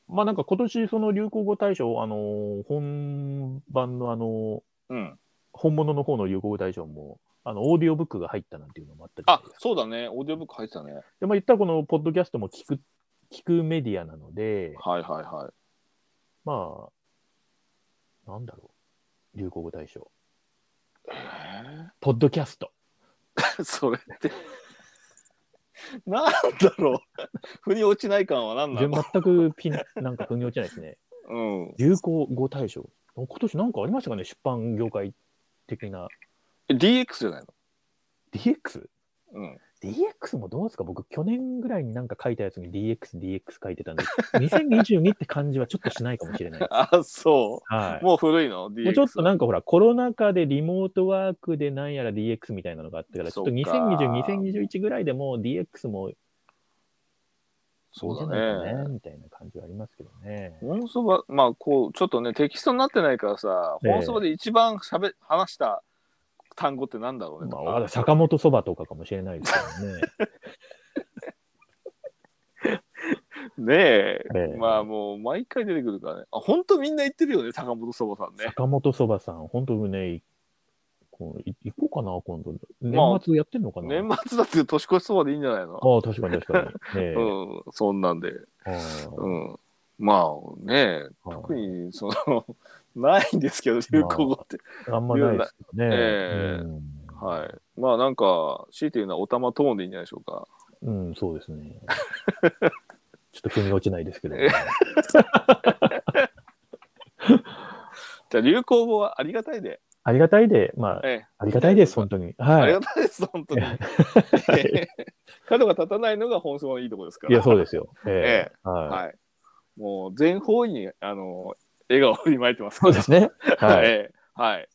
まあなんか今年その流行語大賞、あのー本番のあのー
うん、
本物の方の流行語大賞も、あの、オーディオブックが入ったなんていうのもあったり
あそうだねオーディオブック入ってたね
で、まあ、言ったらこのポッドキャストも聞く、聞くメディアなので、
はいはいはい
まあ、なんだろう。流行語大賞。
え
ポッドキャスト。
ー [laughs] それってなんだろう [laughs] 腑に落ちない感は何な
全
の、
全くピン、なんか腑に落ちないですね。
うん、
流行語大賞。今年なんかありましたかね出版業界的な。
え DX じゃないの
DX?DX
うん、
もどうですか僕、去年ぐらいになんか書いたやつに DX、DX 書いてたんで、2022って感じはちょっとしないかもしれない。
あそう
はい。
もう古いの
も
?DX
うちょっとなんかほら、コロナ禍でリモートワークでなんやら DX みたいなのがあったから、ちょ
そう
っと
か
2020、2021ぐらいでもう DX もいいんじ
そ
ゃ
う
ない
だ
か
ね。
ね、みたいな感じはありますけどね。
本そば、まあこう、ちょっとね、テキストになってないからさ、
ええ
本そばで一番しゃべ話した単語ってなんだろうね。
まあ、
と
わかんない
か
坂本そばとかかもしれないですけどね。
ねえ、 [laughs]
ええ
まあもう毎回出てくるからね。あ、本当みんな言ってるよね、坂本そばさんね。
坂本そばさん、本当ね、いこうい行こうかな、今度。
まあ
年末やってんのかな、
年末だって年越しそばでいいんじゃないの
ああ、確かに確か
[laughs]
に。ええ
うん、そんなんで。
は
うん。まあねえ、
い
特にその、 [laughs] ないんですけど、流行語って。
あんまないですけどね。
ええはい。まあなんか、強いて言うのはお玉トーンでいいんじゃないでしょうか。
うん、うん、そうです
[laughs]
ね。ちょっと腑に落ちないですけど、ね。
じゃあ流行語はありがたいで。
ありがたいで、まあ、
ええ
ありがたいです、本当に。
あ
は
り
い
が。たいです、本当に
え。
[laughs] 角が立たないのが本当のいいところですか
い
ら。
や、そうですよ。
え
ええはい。
はい。もう全方位に、あの、笑顔を振りまいてますか
そう
ら。
ですね。はい。
[laughs] ええはい。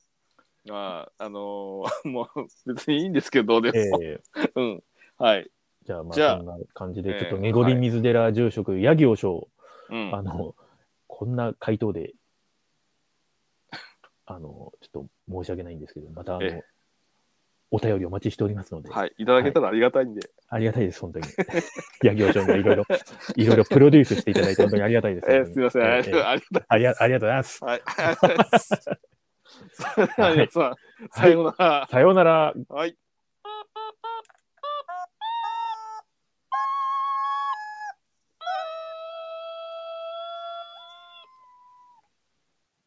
まあ、あのー [laughs] もう別にいいんですけど、で
え
も。
え
[laughs] うん。はい。
じゃあ、まあ、
じゃあ
そんな感じ
ええ
で、ちょっと濁り水寺住職、ヤギ和尚、
うん
あの、こんな回答で、あの、ちょっと申し訳ないんですけど、また、あの
ええ、
お便りお待ちしておりますので、
はい。いただけたらありがたいんで。
ありがたいです、本当に。ヤギ和尚もいろいろ、いろいろプロデュースしていただいて、本当にありがたいです。
[laughs] ええ
本当に
すみません。あ
え
り
え
がとうありが
ありがありがとうございます。
[laughs] とうはい。ありがとうございます。それでは皆さん、さようなら。
さようなら。
はい。